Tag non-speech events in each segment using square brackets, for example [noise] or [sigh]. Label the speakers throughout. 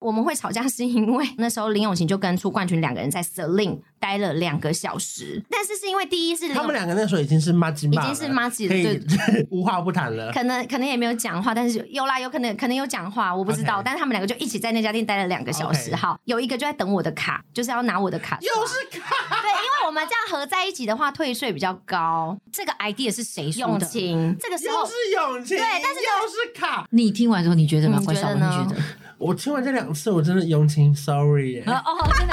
Speaker 1: 我们会吵架是因为那时候林永晴就跟出冠军两个人在 Celine 待了两个小时，但是是因为第一是林
Speaker 2: 他们
Speaker 1: 永
Speaker 2: 两个那时候已经是妈鸡
Speaker 1: 已
Speaker 2: 骂了，
Speaker 1: 经是 m a
Speaker 2: 可
Speaker 1: 对
Speaker 2: 以 [laughs] 无话不谈了。
Speaker 1: 可能可能也没有讲话，但是有啦，有可能可能有讲话，我不知道。
Speaker 2: OK
Speaker 1: 但是他们两个就一起在那家店待了两个小时。
Speaker 2: OK
Speaker 1: 好，有一个就在等我的卡，就是要拿我的
Speaker 2: [laughs]
Speaker 1: 卡。
Speaker 2: 又是卡，
Speaker 1: 对，因为我们这样合在一起的话，退税比较高。
Speaker 3: 这个 idea 是谁出
Speaker 1: 用
Speaker 3: 的？
Speaker 1: 情这个时
Speaker 2: 又
Speaker 1: 候
Speaker 2: 是永晴，
Speaker 1: 对但是
Speaker 2: 又是卡。
Speaker 3: 你听完之后你觉得吗？
Speaker 1: 你
Speaker 3: 关
Speaker 1: 觉
Speaker 3: 晓
Speaker 1: 得
Speaker 3: 雯，
Speaker 1: 呢
Speaker 3: 你觉得？
Speaker 2: 我听完这两次，我真的永晴，sorry 耶。
Speaker 3: 哦，真的，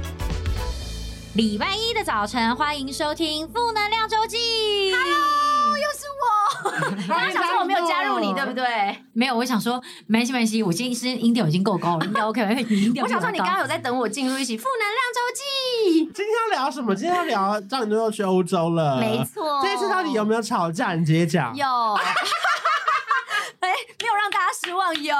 Speaker 3: 礼拜一的早晨，欢迎收听《负能量周记》。Hello，又是
Speaker 1: 刚刚想 [laughs] 说我没有加入你，对不对？
Speaker 2: [laughs]
Speaker 3: 没有，我想说，没关系，没关系，我今天声音音调已经够高了，应该 OK 吧？因为你音调
Speaker 1: 我
Speaker 3: 比较
Speaker 1: 想说你刚刚
Speaker 3: 高
Speaker 1: 有在等我进入一起负能量周记，
Speaker 2: 今天要聊什么？今天要聊张你都要去欧洲了，
Speaker 1: 没。错。
Speaker 2: 这一次到底有没有吵架？你直接讲。
Speaker 1: 有？ [laughs] 哎，没有让大家失望有。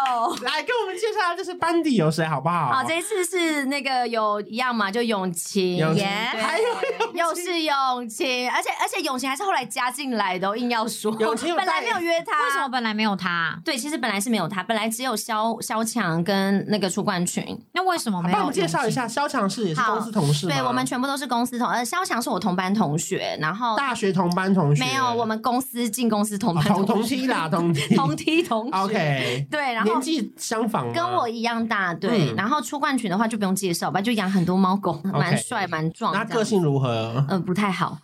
Speaker 2: 来跟我们介绍，就是班底有谁好不好？
Speaker 1: 好，这一次是那个有一样嘛，就永晴，
Speaker 2: 永晴
Speaker 1: 对
Speaker 2: 还有
Speaker 1: 又是永晴，而且而且永晴还是后来加进来的哦，硬要说
Speaker 2: 永晴有
Speaker 1: 本来
Speaker 2: 带
Speaker 1: 没有约他，
Speaker 3: 啊为什么？本来没有他？
Speaker 1: 对，其实本来是没有他，本来只有萧萧强跟那个出冠群，
Speaker 3: 那为什么
Speaker 2: 好
Speaker 3: 没有？
Speaker 2: 帮我们介绍一。下，萧强是也是
Speaker 1: 好
Speaker 2: 公司同事吗
Speaker 1: 对我们全部都是公司同，呃，萧强是我同班同学，然后
Speaker 2: 大学同班同学，
Speaker 1: 没有我们公司进公司同
Speaker 2: 啊
Speaker 1: 班
Speaker 2: 同
Speaker 1: 同
Speaker 2: 同
Speaker 1: 学
Speaker 2: 梯啦，同梯
Speaker 1: 同梯同学
Speaker 2: OK，
Speaker 1: 对，然后
Speaker 2: 年纪相仿啊吗，
Speaker 1: 跟我一样大，对，
Speaker 2: 嗯
Speaker 1: 然后出冠群的话就不用介绍吧，就养很多猫狗，蛮帅蛮壮，
Speaker 2: 那
Speaker 1: 这样
Speaker 2: 个性
Speaker 1: [laughs]
Speaker 2: 如何？
Speaker 1: 呃不太好，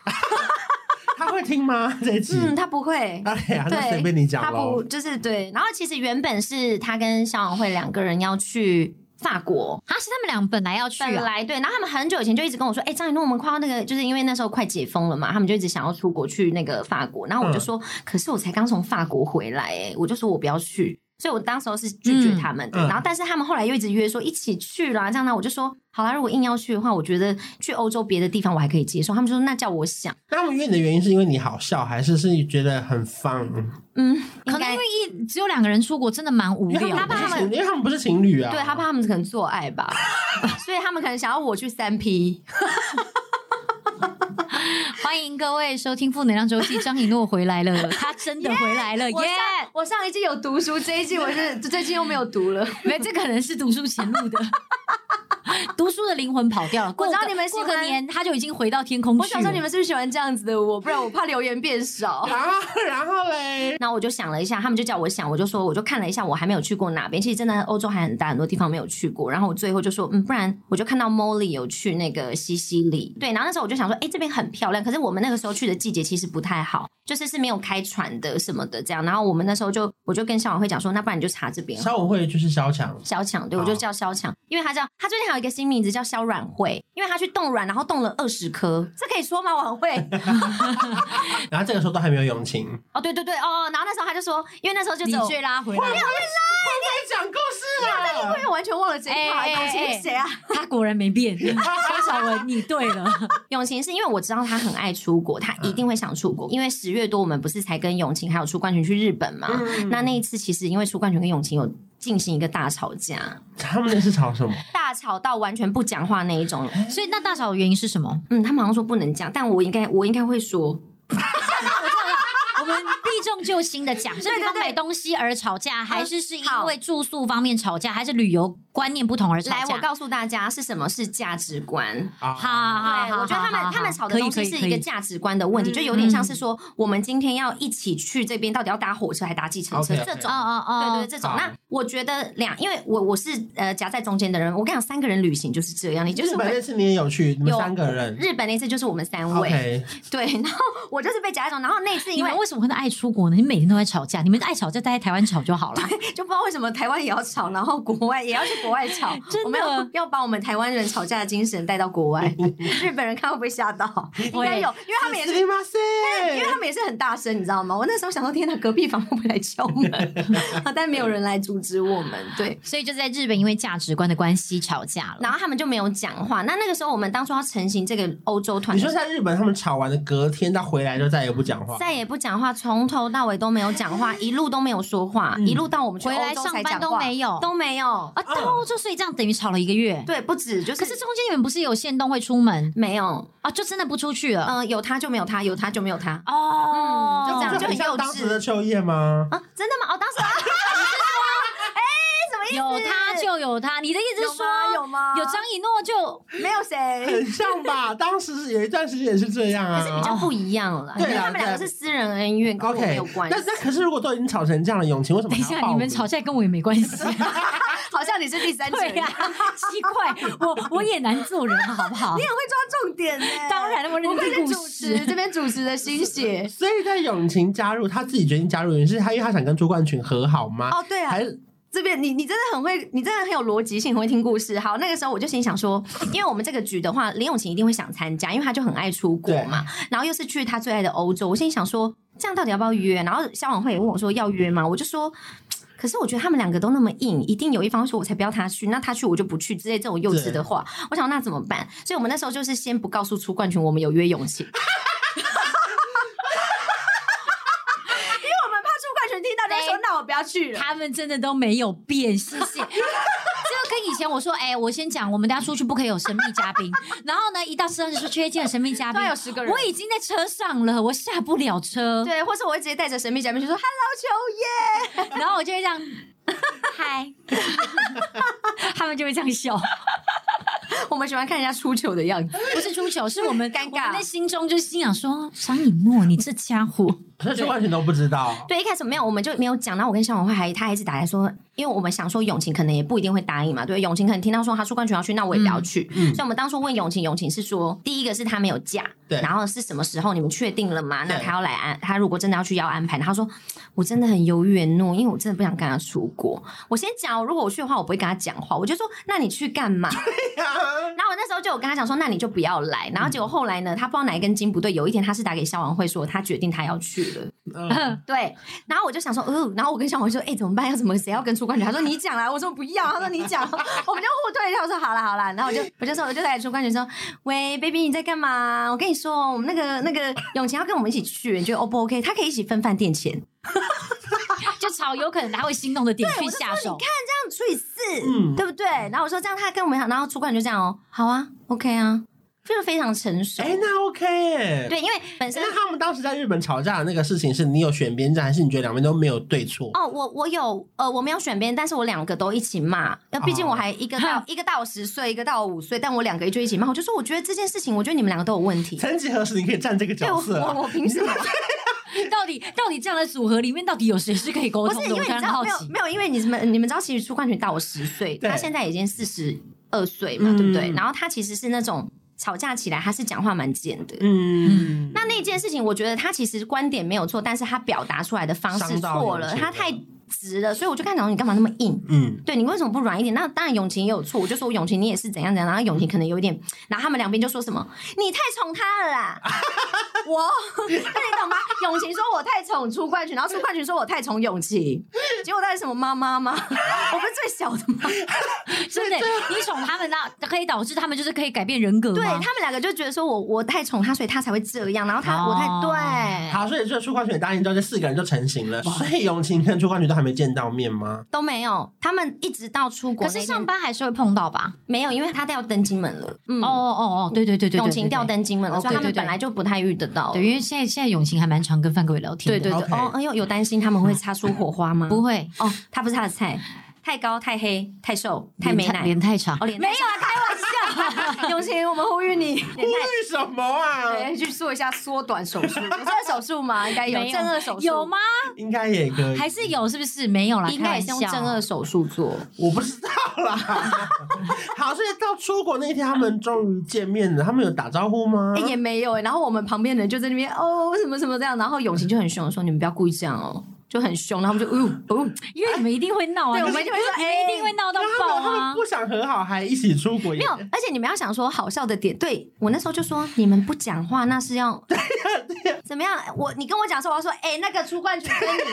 Speaker 2: 他会
Speaker 1: [laughs]
Speaker 2: 听吗？这一集
Speaker 1: 嗯，他不会，
Speaker 2: ？OK 啊，那
Speaker 1: 对，
Speaker 2: 随便你讲
Speaker 1: 他不
Speaker 2: 喽。
Speaker 1: 就是对，然后其实原本是他跟肖永慧两个人要去法国。
Speaker 3: 啊，是他们俩本来要去
Speaker 1: 本
Speaker 3: 啊，
Speaker 1: 来对，然后他们很久以前就一直跟我说，哎、张雨诺，我们快要那个，就是因为那时候快解封了嘛，他们就一直想要出国去那个法国，然后我就说，可是我才刚从法国回来、哎，我就说我不要去，所以我当时候是拒绝他们的。
Speaker 2: 嗯嗯
Speaker 1: 然后，但是他们后来又一直约说一起去啦，这样呢，我就说好啦，如果硬要去的话，我觉得去欧洲别的地方我还可以接受。他们就说那叫我想，
Speaker 2: 那我们约你的原因是因为你好笑，还是是觉得很放？
Speaker 1: 嗯，
Speaker 3: 可
Speaker 1: 应
Speaker 3: 能
Speaker 1: 该
Speaker 3: 因为一只有两个人出国，真的蛮无
Speaker 2: 因为
Speaker 3: 聊
Speaker 2: 他
Speaker 1: 怕
Speaker 3: 的。
Speaker 1: 他
Speaker 2: 们不
Speaker 1: 们
Speaker 2: 是情，因为他们不是情侣啊。
Speaker 1: 对他怕他们可能做爱吧，所以他们可能想要我去三 P。
Speaker 3: [laughs] 欢迎各位收听《负能量周记》，张以诺回来了，他真的回来了
Speaker 1: [laughs]
Speaker 3: 耶
Speaker 1: 我！上我上一季有读书，这一季我是最近又没有读了。
Speaker 3: 没，这可能是读书前录
Speaker 1: [laughs]
Speaker 3: 的。读书的灵魂跑掉了，过
Speaker 1: 我知道
Speaker 3: 个
Speaker 1: 你们喜
Speaker 3: 过
Speaker 1: 欢
Speaker 3: 个年他就已经回到天空去了。
Speaker 1: 我想说你们是不是喜欢这样子的我？不然我怕留言变 [laughs] 少。
Speaker 2: 然后啊然后嘞，
Speaker 1: 然后我就想了一下，他们就叫我想，我就说我就看了一下，我还没有去过哪边。其实真的欧洲还很大，很多地方没有去过。然后我最后就说，嗯，不然我就看到 Molly 有去那个西西里，对。然后那时候我就想说，哎、这边很漂亮，可是我们那个时候去的季节其实不太好，就是是没有开船的什么的这样。然后我们那时候就我就跟校委会讲说，那不然你就查这边好了
Speaker 2: 稍文会就是萧强，
Speaker 1: 萧强，对我就
Speaker 2: 好
Speaker 1: 叫萧强，因为他叫他最近还有一个新名字叫萧软慧，因为他去冻卵，然后冻了二十颗，这可以说吗？晚会
Speaker 2: 然后这个时候都还没有永晴，会
Speaker 1: 哦，对对对哦，然后那时候他就说，因为那时候就只有
Speaker 3: 你最拉回来了，
Speaker 2: 讲故事啊
Speaker 1: 因为完全忘了这一趴，
Speaker 3: 哎哎
Speaker 1: 永晴是谁啊？
Speaker 3: 他果然没
Speaker 1: [laughs]
Speaker 3: 变。关晓雯，你对了，
Speaker 1: 永晴是因为我知道他很爱出国，他一定会想出国，因为十月多我们不是才跟永晴还有出冠群去日本嘛？那那一次其实因为出冠群跟永晴有进行一个大吵架，
Speaker 2: 他们那是吵什么？
Speaker 1: 大吵到完全不讲话那一种。
Speaker 3: 所以那大嫂的原因是什么？
Speaker 1: 嗯，他们好像说不能讲，但我应该我应该会说，
Speaker 3: 我们避重就轻的讲，是
Speaker 1: 对
Speaker 3: 因
Speaker 1: 对
Speaker 3: 为
Speaker 1: 嗯
Speaker 3: 买东西而吵架，还是是因
Speaker 1: 好
Speaker 3: 为住宿方面吵架，还是旅游观念不同而吵
Speaker 1: 来，
Speaker 3: 架？
Speaker 1: 我告诉大家是什么是价值观。
Speaker 2: 啊
Speaker 3: 好好好好
Speaker 1: 对，
Speaker 3: 好，
Speaker 1: 我觉得他
Speaker 3: 好
Speaker 1: 们他们吵的东西是一个，价值观的问题，
Speaker 2: 嗯
Speaker 1: 就有点像是说，我们今天要一起去这边，到底要搭火车还搭计程车这
Speaker 2: OK，OK
Speaker 3: 可以可以可以
Speaker 1: 种。
Speaker 3: 哦哦
Speaker 1: 对
Speaker 3: 哦，
Speaker 1: 对，对这种
Speaker 2: 好
Speaker 1: 那我觉得两，因为我我是呃夹在中间的人，我跟你讲，三个人旅行就是这样，你就是
Speaker 2: 日本那
Speaker 1: 会
Speaker 2: 次你也有去，你们
Speaker 1: 有
Speaker 2: 三个人。
Speaker 1: 日本那次就是我们三位 [laughs]
Speaker 2: OK，
Speaker 1: 对，然后我就是被夹在中，然后那次
Speaker 3: 你
Speaker 1: 因为
Speaker 3: 们为什么会那么爱出国呢？
Speaker 1: [laughs]
Speaker 3: 你们每天都在吵架，你们爱吵架待在台湾吵就好了。
Speaker 1: 就不知道为什么台湾也要吵，然后国外也要去国外吵，
Speaker 3: [laughs] 真的
Speaker 1: 我们要要把我们台湾人吵架的精神带到国外。 [laughs] 日本人看会不会吓
Speaker 3: [laughs]
Speaker 1: 到？应该有，因为他们也是，
Speaker 2: すみません
Speaker 1: 因为他们也是很大声，你知道吗？我那时候想说，天哪，隔壁房会不会来敲门？啊，但没有人来阻止我们。对，
Speaker 3: 所以就在日本因为价值观的关系吵架了。
Speaker 1: 然后他们就没有讲话。那那个时候，我们当初要成型这个欧洲团
Speaker 2: 你
Speaker 1: 的时
Speaker 2: 说
Speaker 1: 候，
Speaker 2: 在日本，他们吵完的隔天到回来就再也不讲话，
Speaker 1: 再也不讲话，从头到尾都没有讲话，一路都没有说话，
Speaker 2: 嗯
Speaker 1: 一路到我们去
Speaker 3: 回来
Speaker 1: 欧洲
Speaker 3: 上
Speaker 1: 才
Speaker 3: 班
Speaker 1: 讲
Speaker 3: 都
Speaker 1: 话
Speaker 3: 没有
Speaker 1: 都没有。
Speaker 3: 啊，到欧洲所以这样等于吵了一个月。
Speaker 1: 对，不止就是，
Speaker 3: 可是中间你们不是有限动会出门
Speaker 1: 没有，
Speaker 3: 啊？就真的不出去了。
Speaker 1: 嗯、有他就没有他，有他就没有他。
Speaker 3: 哦，
Speaker 1: 嗯就这样
Speaker 2: 这
Speaker 1: 就很
Speaker 2: 很像
Speaker 1: 幼
Speaker 2: 当时
Speaker 1: 稚
Speaker 2: 的秋叶吗？
Speaker 1: 啊，真的吗？哦，当 [laughs] 时啊，
Speaker 3: 有他就有他。你的意思是说
Speaker 1: 有吗？
Speaker 3: 有张以诺就
Speaker 1: 没有谁？
Speaker 2: 很像吧，当时有一段时间也是这样
Speaker 1: 可
Speaker 2: 啊。
Speaker 1: 是比较不一样了，因
Speaker 2: 对啊
Speaker 1: 为他们两个是私人恩怨，跟我
Speaker 2: OK，
Speaker 1: 没有关
Speaker 2: 那
Speaker 1: 系。
Speaker 2: 那可是如果都已经吵成这样了，永晴为什么
Speaker 3: 等一
Speaker 2: 还要
Speaker 3: 下，
Speaker 2: 报
Speaker 3: 你
Speaker 2: 名？
Speaker 3: 们吵架跟我也没关
Speaker 1: [laughs]
Speaker 3: 系。
Speaker 1: 好像你是第三者，
Speaker 3: 对呀、 [laughs] 奇怪，我我也难做人，好不
Speaker 1: [laughs]
Speaker 3: 好
Speaker 1: 你？很会抓重点呢、
Speaker 3: 当然了，我
Speaker 1: 我
Speaker 3: 认
Speaker 1: 愧
Speaker 3: 真
Speaker 1: 是
Speaker 3: 故
Speaker 1: 主持
Speaker 3: 事。
Speaker 1: 这边主持的心 [laughs] 血。
Speaker 2: 所以在永晴加入，他自己决定加入，原因是他因为他想跟朱冠群和好吗？
Speaker 1: 哦，对啊
Speaker 2: 还，
Speaker 1: 这边你你真的很会，你真的很有逻辑性，很会听故事。好，那个时候我就心想说，因为我们这个局的话，林永晴一定会想参加，因为他就很爱出国嘛，然后又是去他最爱的欧洲，我心里想说，这样到底要不要约？然后消委会也问我说要约吗？我就说。可是我觉得他们两个都那么硬，一定有一方说我才不要他去，那他去我就不去之类这种幼稚的话，我想那怎么办？所以我们那时候就是先不告诉出冠群我们有约永晴， [laughs] 因为我们怕出冠群听到就会说
Speaker 3: 对
Speaker 1: 那我不要去了。
Speaker 3: 他们真的都没有变，谢
Speaker 1: [laughs]
Speaker 3: 谢。这就跟以前我说，哎、我先讲，我们大家出去不可以有神秘嘉宾。然后呢，一到十二点说缺一天有神秘嘉宾
Speaker 1: 啊突然，有十个人，
Speaker 3: 我已经在车上了，我下不了车。
Speaker 1: 对，或是我会直接带着神秘嘉宾去说 “Hello 秋叶
Speaker 3: 然后我就会这样， [laughs]
Speaker 1: [laughs]
Speaker 3: 嗨，他们就会这样笑，”，
Speaker 1: 我们喜欢看人家出糗的样子。
Speaker 3: 不是出糗，是我们
Speaker 1: 尴尬
Speaker 3: 我们在心中就心想说，张以诺，你这家伙，
Speaker 1: [laughs]
Speaker 2: 可是朱冠群都不知道。
Speaker 1: 对，一开始没有，我们就没有讲。然后我跟向晚会还他还一直打来说，因为我们想说永晴可能也不一定会答应嘛，对，永晴可能听到说他出冠军要去，那我也不要去。
Speaker 2: 嗯嗯
Speaker 1: 所以我们当初问永晴，永晴是说第一个是他没有假，
Speaker 2: 对
Speaker 1: 然后是什么时候你们确定了吗？那
Speaker 2: 对
Speaker 1: 他要来安，他如果真的要去要安排，他说我真的很犹豫很怒，因为我真的不想跟他出国。我先讲哦，如果我去的话，我不会跟他讲话，我就说那你去干嘛？
Speaker 2: 哎
Speaker 1: 然后我那时候就有跟他讲说，那你就不要来。然后结果后来呢，他不知道哪一根筋不对，有一天他是打给消防会说他决定他要去了。
Speaker 2: 嗯，
Speaker 1: 对，然后我就想说，呃，然后我跟小王说，哎、怎么办？要怎么谁要跟出冠军？他说你讲啦，啊我说不要，他说你讲，我们就互推一下，我说好啦好啦，然后我就我就说我就在出冠军说，喂，baby 你在干嘛？我跟你说，我们那个那个永晴要跟我们一起去，你觉得 O 不 OK？他可以一起分饭店钱，
Speaker 3: 就朝有可能他会心动的点去下手。
Speaker 1: 这样除以四、
Speaker 2: 嗯
Speaker 1: 对不对？然后我说这样他跟我们好，然后出冠军就这样哦，好啊，OK 啊，就是非常成熟。
Speaker 2: 哎，那 OK 哎。
Speaker 1: 对，因为本身
Speaker 2: 那他们当时在日本吵架的那个事情，是你有选边站，还是你觉得两边都没有对错？
Speaker 1: 哦，我我有呃，我没有选边，但是我两个都一起骂。那毕竟
Speaker 2: 哦
Speaker 1: 我还
Speaker 2: [laughs]
Speaker 1: 一个到、一个到十岁，一个到五岁，但我两个就一起骂。我就说，我觉得这件事情，我觉得你们两个都有问题。
Speaker 2: 曾几何时，你可以站这个
Speaker 1: 对
Speaker 2: 角
Speaker 1: 我
Speaker 2: 色
Speaker 1: 哎我
Speaker 2: 啊？
Speaker 1: 我凭什么？
Speaker 3: 到底到底这样的组合里面，到底有谁是可以沟
Speaker 1: 不是
Speaker 3: 通
Speaker 1: 因
Speaker 3: 的？
Speaker 1: 为
Speaker 3: 我
Speaker 1: 你
Speaker 3: 突然
Speaker 1: 知道
Speaker 3: 好
Speaker 1: 没有
Speaker 3: 奇。
Speaker 1: 没有，因为你们你们知道，其实出冠群大我十岁，
Speaker 2: 对
Speaker 1: 他现在已经四十二岁嘛，
Speaker 2: 嗯
Speaker 1: 对不对？然后他其实是那种吵架起来，他是讲话蛮贱的。
Speaker 2: 嗯，
Speaker 1: 那那件事情，我觉得他其实观点没有错，但是他表达出来的方式
Speaker 2: 伤到
Speaker 1: 错
Speaker 2: 人
Speaker 1: 了，
Speaker 2: 心
Speaker 1: 他
Speaker 2: 了
Speaker 1: 太直了，所以我就看到你干嘛那么硬？
Speaker 2: 嗯，
Speaker 1: 对你为什么不软一点？那当然，永晴也有错，我就说永晴你也是怎样怎样，然后永晴可能有一点，然后他们两边就说什么你太宠他了 [laughs] 啦，我，那你懂吗？永晴说我太宠出冠群，然后出冠群说我太宠永晴，结果到底是什么妈妈 [laughs] 吗？我不是最小的吗？
Speaker 3: 真的，你宠他们那可以导致他们就是可以改变人格吗？
Speaker 1: 对他们两个就觉得说我我太宠他，所以他才会这样，然后他、我
Speaker 3: 哦
Speaker 1: 太对
Speaker 2: 好，所以这出冠群答应之后，这四个人就成型了。所以永晴跟出冠群都还没见到面吗？
Speaker 1: 都没有，他们一直到出国
Speaker 3: 可
Speaker 1: 那
Speaker 3: 是
Speaker 1: 天，
Speaker 3: 上班还是会碰到吧？
Speaker 1: 没有，因为他掉登金门了，嗯
Speaker 3: 哦哦哦哦，对对对对，对
Speaker 1: 永晴掉。
Speaker 3: 对
Speaker 1: 登金门了，
Speaker 3: 哦
Speaker 1: 所以他
Speaker 3: 对
Speaker 1: 们
Speaker 3: 对对
Speaker 1: 本来就不太遇得到了
Speaker 3: 对，对因为现在现在永晴还蛮常跟范鬼聊天
Speaker 1: 对
Speaker 3: 的。
Speaker 1: 对对
Speaker 2: OK
Speaker 1: 哦，哎呦，有担心他们会擦出火花吗？
Speaker 3: 不会，
Speaker 1: 哦，他不是他的菜，太高、太黑、太瘦、太没奶。
Speaker 3: 脸太长
Speaker 1: 哦，。脸没有啊，开玩 [laughs] 笑。永晴，我们呼吁你，脸太
Speaker 2: 为什么啊？
Speaker 1: [laughs] 对去做一下缩短手术， [laughs] 有这个手术吗？应该有
Speaker 3: 没有
Speaker 1: 正二手术
Speaker 3: 有？吗？
Speaker 2: 应该也可以，
Speaker 3: 还是有？是不是没有啦？
Speaker 1: 应该也是用
Speaker 3: 开玩笑
Speaker 1: 正二手术做。
Speaker 2: 我不知道啦。 [laughs] 好，所以到出国那一天，他们终于见面了。他们有打招呼吗？
Speaker 1: 哎，也没有哎。然后我们旁边人就在那边哦，什么什么这样。然后永晴就很凶地说：“你们不要故意这样哦。”就很凶，然后我们就哦哦，
Speaker 3: 因为你们一定会闹
Speaker 1: [laughs] 对
Speaker 3: 啊，你
Speaker 1: 我们就会说哎
Speaker 3: 你们一定会闹到
Speaker 2: 然后他
Speaker 3: 爆
Speaker 2: 们他
Speaker 3: 啊
Speaker 2: 们！不想和好，还一起出国也，
Speaker 1: 没有，而且你们要想说好笑的点，对我那时候就说你们不讲话那是
Speaker 3: [laughs]
Speaker 1: 要
Speaker 3: 啊
Speaker 1: 怎么样？我你跟我讲说我要说，哎、那个出冠军跟你说，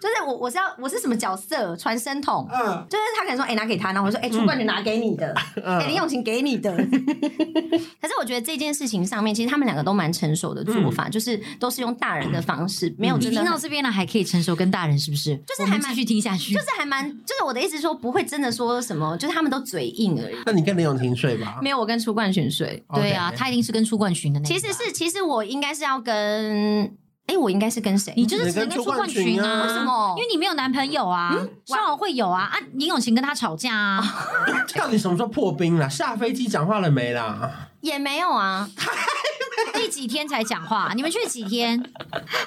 Speaker 1: 就是我我是要我是什么角色？传声筒。
Speaker 2: 嗯
Speaker 1: 就是他可能说，哎、拿给他，然后我
Speaker 3: 嗯
Speaker 1: 就说，哎、出冠军拿给你的，哎、林
Speaker 2: 嗯，
Speaker 1: 永晴给你
Speaker 3: [laughs]
Speaker 1: 的。可是我觉得这件事情上面，其实他们两个都蛮成熟的做法，就是都是用大人的方式，没有
Speaker 3: 嗯哦你
Speaker 1: 真的
Speaker 3: 听
Speaker 1: 很
Speaker 3: 到这边了，还可以成熟跟大人是不是？就是
Speaker 1: 还
Speaker 3: 我们
Speaker 1: 蛮
Speaker 3: 继续听下去，
Speaker 1: 就是还蛮，就是我的意思是说，不会真的说什么，就是他们都嘴硬
Speaker 3: 嗯
Speaker 1: 而已。
Speaker 2: 那你跟林永婷睡吧。
Speaker 1: 没有，我跟出冠群睡。
Speaker 3: 对啊，他一定是跟出冠群的那个
Speaker 1: 其
Speaker 3: 吧。
Speaker 1: 实是，其实我应该是要跟，哎，我应该是跟谁？
Speaker 3: 你就是只
Speaker 2: 你
Speaker 3: 能跟
Speaker 2: 跟出
Speaker 3: 出冠
Speaker 2: 冠
Speaker 3: 群
Speaker 2: 群
Speaker 3: 啊？
Speaker 2: 啊
Speaker 1: 为什么
Speaker 3: 因为你没有男朋友啊，稍晚会有啊啊！林永晴跟他吵架啊，
Speaker 2: 到底什么时候破冰啦？下飞机讲话了没啦？
Speaker 1: 也没有啊。 [laughs]
Speaker 3: 第几天才讲话？你们去几天？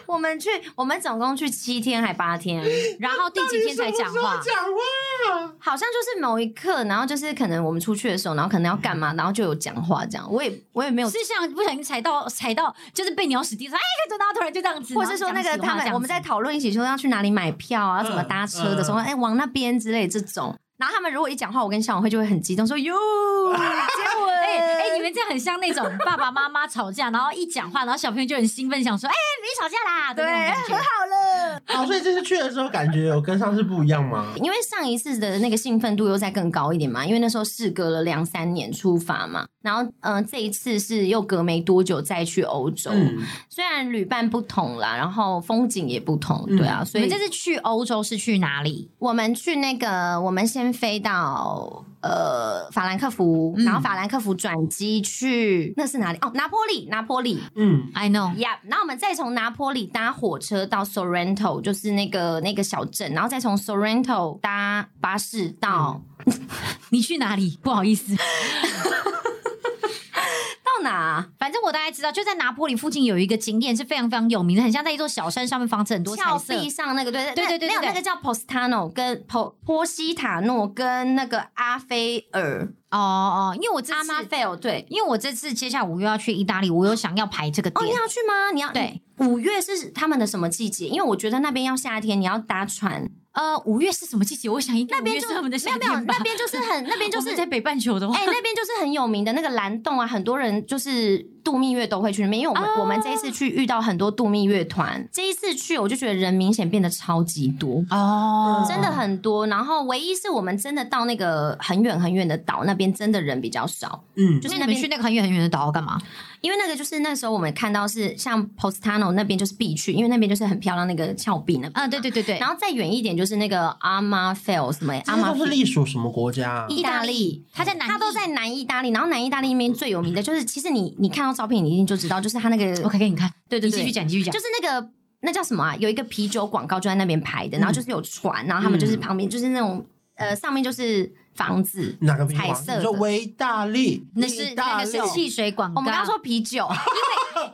Speaker 1: 我们去，我们总共去七天还八天， [laughs]
Speaker 3: 然后第几天才讲
Speaker 2: 到
Speaker 3: 话
Speaker 2: 底？什么时候讲话？
Speaker 1: 好像就是某一刻，然后就是可能我们出去的时候，然后可能要干嘛，然后就有讲话这样。我也我也没有，
Speaker 3: 是像不小心踩到踩到，就是被鸟屎地上，哎，然后突然就这样子，
Speaker 1: 或是说那个
Speaker 3: 然后讲起话
Speaker 1: 他
Speaker 3: 这样
Speaker 1: 们
Speaker 3: 子
Speaker 1: 我们在讨论一起说要去哪里买票啊，
Speaker 2: 嗯
Speaker 1: 怎么搭车的时候，哎、往那边之类这种。然后他们如果一讲话，我跟小婉会就会很激动，说
Speaker 3: [laughs]
Speaker 1: 哟，接吻，
Speaker 3: 哎哎、你们这样很像那种爸爸妈妈吵架，然后一讲话，然后小朋友就很兴奋，想说：“哎、没吵架啦！”的
Speaker 1: 对，
Speaker 3: 那
Speaker 1: 很
Speaker 3: 种感觉。
Speaker 1: 好了。
Speaker 2: 哦，所以这次去的时候感觉有跟上次不一样吗？
Speaker 1: 因为上一次的那个兴奋度又再更高一点嘛，因为那时候事隔了两三年出发嘛，然后嗯、呃这一次是又隔没多久再去欧洲，
Speaker 2: 嗯，
Speaker 1: 虽然旅伴不同啦，然后风景也不同，对啊，所
Speaker 3: 你
Speaker 1: 以
Speaker 3: 们这次去欧洲是去哪里？
Speaker 1: 我们去那个，我们先飞到呃法兰克福，
Speaker 3: 嗯
Speaker 1: 然后法兰克福转机去那是哪里？哦，拿坡里，拿坡里
Speaker 2: 嗯，
Speaker 3: I know，
Speaker 1: ，Yeah。然后我们再从拿坡里搭火车到 Sorrento，就是那个那个小镇，然后再从 Sorrento 搭巴士到、
Speaker 3: 你去哪里？不好意思，
Speaker 1: 到哪啊？
Speaker 3: 反正我大概知道，就在拿坡里附近有一个景点是非常非常有名的，很像在一座小山上面，房子很多彩
Speaker 1: 峭
Speaker 3: 色。
Speaker 1: 壁上那个，对
Speaker 3: 对对
Speaker 1: 对
Speaker 3: 对
Speaker 1: 没有
Speaker 3: 对对
Speaker 1: 那个叫 Postano 跟波波西塔诺跟那个阿菲尔
Speaker 3: 哦哦，因为我这
Speaker 1: 阿
Speaker 3: 次
Speaker 1: 妈，菲尔对。
Speaker 3: 因为我这次接下来五月要去意大利，我有想要排这个
Speaker 1: 哦，你
Speaker 3: 点。
Speaker 1: 要去吗？你要
Speaker 3: 对，
Speaker 1: 五月是他们的什么季节？因为我觉得那边要夏天，你要搭船。
Speaker 3: 呃，五月是什么季节？我想应该
Speaker 1: 那
Speaker 3: 五
Speaker 1: 边
Speaker 3: 月
Speaker 1: 就是
Speaker 3: 他们的夏
Speaker 1: 没有没
Speaker 3: 天
Speaker 1: 有，
Speaker 3: 吧
Speaker 1: 那。边就是
Speaker 3: [laughs]
Speaker 1: 很那边就是
Speaker 3: 我们在北半球的话， [laughs]
Speaker 1: 哎、那边就是很有名的那个蓝洞啊，很多人就是度蜜月都会去那边。因为我们、
Speaker 3: 哦
Speaker 1: 我们这一次去遇到很多度蜜月团，这一次去我就觉得人明显变得超级多。
Speaker 3: 哦
Speaker 1: 嗯真的很多，然后唯一是我们真的到那个很远很远的岛那边，真的人比较少，
Speaker 2: 嗯，
Speaker 1: 就是
Speaker 3: 那
Speaker 1: 那
Speaker 3: 你
Speaker 1: 边
Speaker 3: 们去那个很远很远的岛要干嘛？
Speaker 1: 因为那个就是那时候我们看到是像 Postano 那边就是必去，因为那边就是很漂亮那个峭壁那边
Speaker 3: 啊，对对对对，
Speaker 1: 嗯然后再远一点就是那个阿玛菲尔什么
Speaker 2: 这
Speaker 1: 阿
Speaker 2: 些
Speaker 1: 玛
Speaker 2: 都是
Speaker 1: 菲
Speaker 2: 隶属什么国家啊？
Speaker 1: 意大利，
Speaker 3: 他在南，
Speaker 1: 它都在。南意大利，然后南意大利那边最有名的就是，其实你你看到照片，你一定就知道，就是它那个
Speaker 3: 我可以给你看，
Speaker 1: 对
Speaker 3: 你
Speaker 1: 对
Speaker 3: 继
Speaker 1: 对，
Speaker 3: 续讲，你继续讲
Speaker 1: 就。是那个那叫什么啊？有一个啤酒广告就在那边拍的，然后就是有船，然后他们就是旁边就是那种呃上面就是房子，
Speaker 2: 哪个地方？
Speaker 1: 彩色的
Speaker 2: 你说维大利，
Speaker 3: 那是
Speaker 2: 意
Speaker 3: 那
Speaker 2: 大
Speaker 3: 个
Speaker 2: 利
Speaker 3: 是汽水广告。
Speaker 1: 我们刚刚说啤酒，
Speaker 3: 哦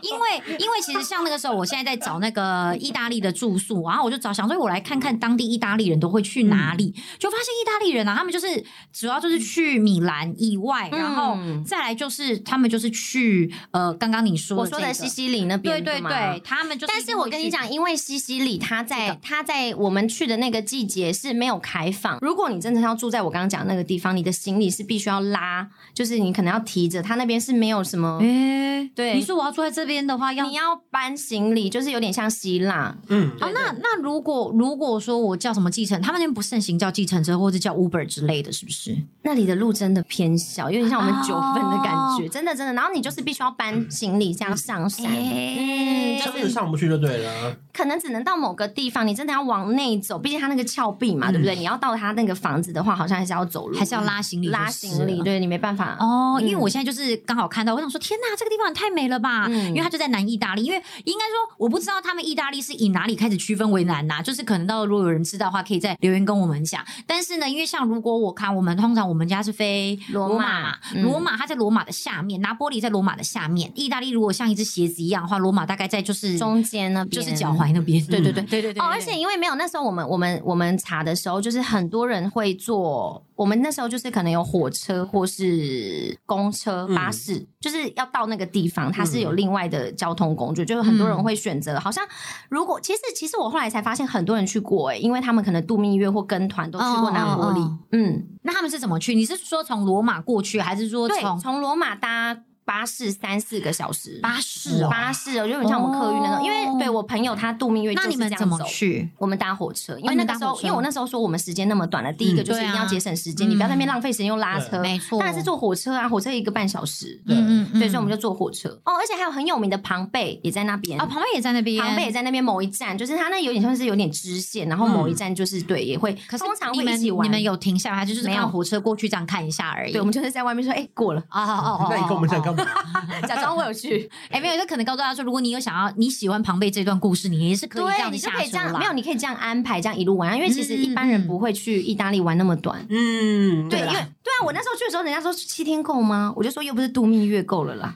Speaker 3: 因为因为其实像那个时候，我现在在找那个意大利的住宿，然后我就找想说，我来看看当地意大利人都会去哪里，就发现意大利人啊，他们就是主要就是去米兰以外，
Speaker 1: 嗯
Speaker 3: 然后再来就是他们就是去呃，刚刚你
Speaker 1: [laughs]
Speaker 3: 说
Speaker 1: 我说的
Speaker 3: 这个
Speaker 1: 西西里那
Speaker 3: 对
Speaker 1: 边，
Speaker 3: 对对，。他们就是
Speaker 1: 但是我跟你
Speaker 3: 一定会去。
Speaker 1: 讲，因为西西里它
Speaker 3: 这
Speaker 1: 在
Speaker 3: 个
Speaker 1: 它在我们去的那个季节是没有开放。如果你真的要住在我刚刚讲那个地方，你的行李是必须要拉，就是你可能要提着，它那边是没有什么，
Speaker 3: 哎、
Speaker 1: 对
Speaker 3: 你说我要住在这边的话，要
Speaker 1: 你要搬行李，就是有点像希腊。
Speaker 2: 嗯，
Speaker 3: 哦，那那如果如果说我叫什么计程，他们那边不盛行叫计程车或者叫 Uber 之类的，是不是？
Speaker 1: 那里的路真的偏小，有点像我们
Speaker 3: 哦
Speaker 1: 九份的感觉，真的真的。然后你就是必须要搬行李这样上山，
Speaker 3: 哎
Speaker 1: 嗯，
Speaker 2: 车
Speaker 1: 就
Speaker 2: 子
Speaker 1: 是
Speaker 2: 上不去就对了。
Speaker 1: 可能只能到某个地方，你真的要往内走，毕竟它那个峭壁嘛，对不对？你要到它那个房子的话，好像还是要走路，
Speaker 3: 嗯还是要拉行李就是了？
Speaker 1: 拉行李，对你没办法。
Speaker 3: 哦，因为我现在就是刚好看到，我想说，天哪，这个地方也太美了吧！
Speaker 1: 嗯
Speaker 3: 因为它就在南意大利，因为应该说我不知道他们意大利是以哪里开始区分为南呐、就是可能到如果有人知道的话，可以在留言跟我们讲。但是呢，因为像如果我看我们通常我们家是飞
Speaker 1: 罗
Speaker 3: 罗
Speaker 1: 马
Speaker 3: 马，
Speaker 1: 嗯
Speaker 3: 罗马它在罗马的下面，拿玻里在罗马的下面，意大利如果像一只鞋子一样的话，罗马大概在就是
Speaker 1: 中间那
Speaker 3: 嗯就
Speaker 1: 边
Speaker 3: 是脚。踝那边，嗯
Speaker 1: 对对对
Speaker 3: 对对对
Speaker 1: 哦，而且因为没有那时候我们我们我们查的时候，就是很多人会坐，我们那时候就是可能有火车或是公车、
Speaker 2: 嗯
Speaker 3: 嗯
Speaker 1: 巴士，就是要到那个地方，它是有另外爱的交通工具，就是很
Speaker 3: 嗯
Speaker 1: 多人会选择。好像如果其实其实我后来才发现，很多人去过哎、因为他们可能度蜜月或跟团都去过拿坡里。
Speaker 3: 哦哦哦
Speaker 1: 嗯，
Speaker 3: 那他们是怎么去？你是说从罗马过去，还是说
Speaker 1: 对，
Speaker 3: 从
Speaker 1: 从罗马搭巴士三四个小时，
Speaker 3: 巴士哦？
Speaker 1: 巴士哦，就很像我们客运那种。
Speaker 3: 哦
Speaker 1: 因为对我朋友他度蜜月，
Speaker 3: 那你们怎么？去？
Speaker 1: 我们搭火车，因
Speaker 3: 哦
Speaker 1: 为那
Speaker 3: 你们
Speaker 1: 个
Speaker 3: 搭
Speaker 1: 时候
Speaker 3: 火，车
Speaker 1: 因为我那时候说我们时间那么短了，第一个就是
Speaker 3: 嗯
Speaker 1: 一定要
Speaker 3: 对啊
Speaker 1: 节省时间，你不要在那边浪费时间又拉车，
Speaker 3: 没
Speaker 1: 呃
Speaker 3: 错，
Speaker 1: 当然是坐火车啊，火车一个半小时，
Speaker 2: 对
Speaker 3: 嗯
Speaker 1: 对，所以我们就坐火车。哦，而且还有很有名的庞贝也在那边
Speaker 3: 哦，旁边也在那边，
Speaker 1: 庞贝也在那边某一站，就是它那有点像是有点支线，然后某一站就是对也会，
Speaker 3: 嗯可是
Speaker 1: 通常
Speaker 3: 你
Speaker 1: 会
Speaker 3: 们
Speaker 1: 一起玩。
Speaker 3: 你们有停下来，就是
Speaker 1: 没有
Speaker 3: 看火车过去这样看一下而已。
Speaker 1: 对，我们就是在外面说，哎，过了，
Speaker 3: 哦哦哦哦，
Speaker 2: [laughs] 那你跟我们讲干
Speaker 3: 哦
Speaker 2: 嘛？
Speaker 1: 假装我有去。
Speaker 3: 哎，没有，就可能告诉大家说，如果你有想要你喜欢庞贝这段故事，你也是可以这
Speaker 1: 对，
Speaker 3: 样
Speaker 1: 你
Speaker 3: 子
Speaker 1: 就
Speaker 3: 下
Speaker 1: 可以这
Speaker 3: 车
Speaker 1: 样，
Speaker 3: 啦。嗯
Speaker 1: 没有，你可以这样安排，这样一路玩啊。因为其实一般人不会去意大利玩那么短。
Speaker 2: 嗯，
Speaker 1: 对，因为对啊，我那时候去的时候，人家说七天够吗？我就说又不是度蜜月够了
Speaker 3: [laughs]
Speaker 1: 啦。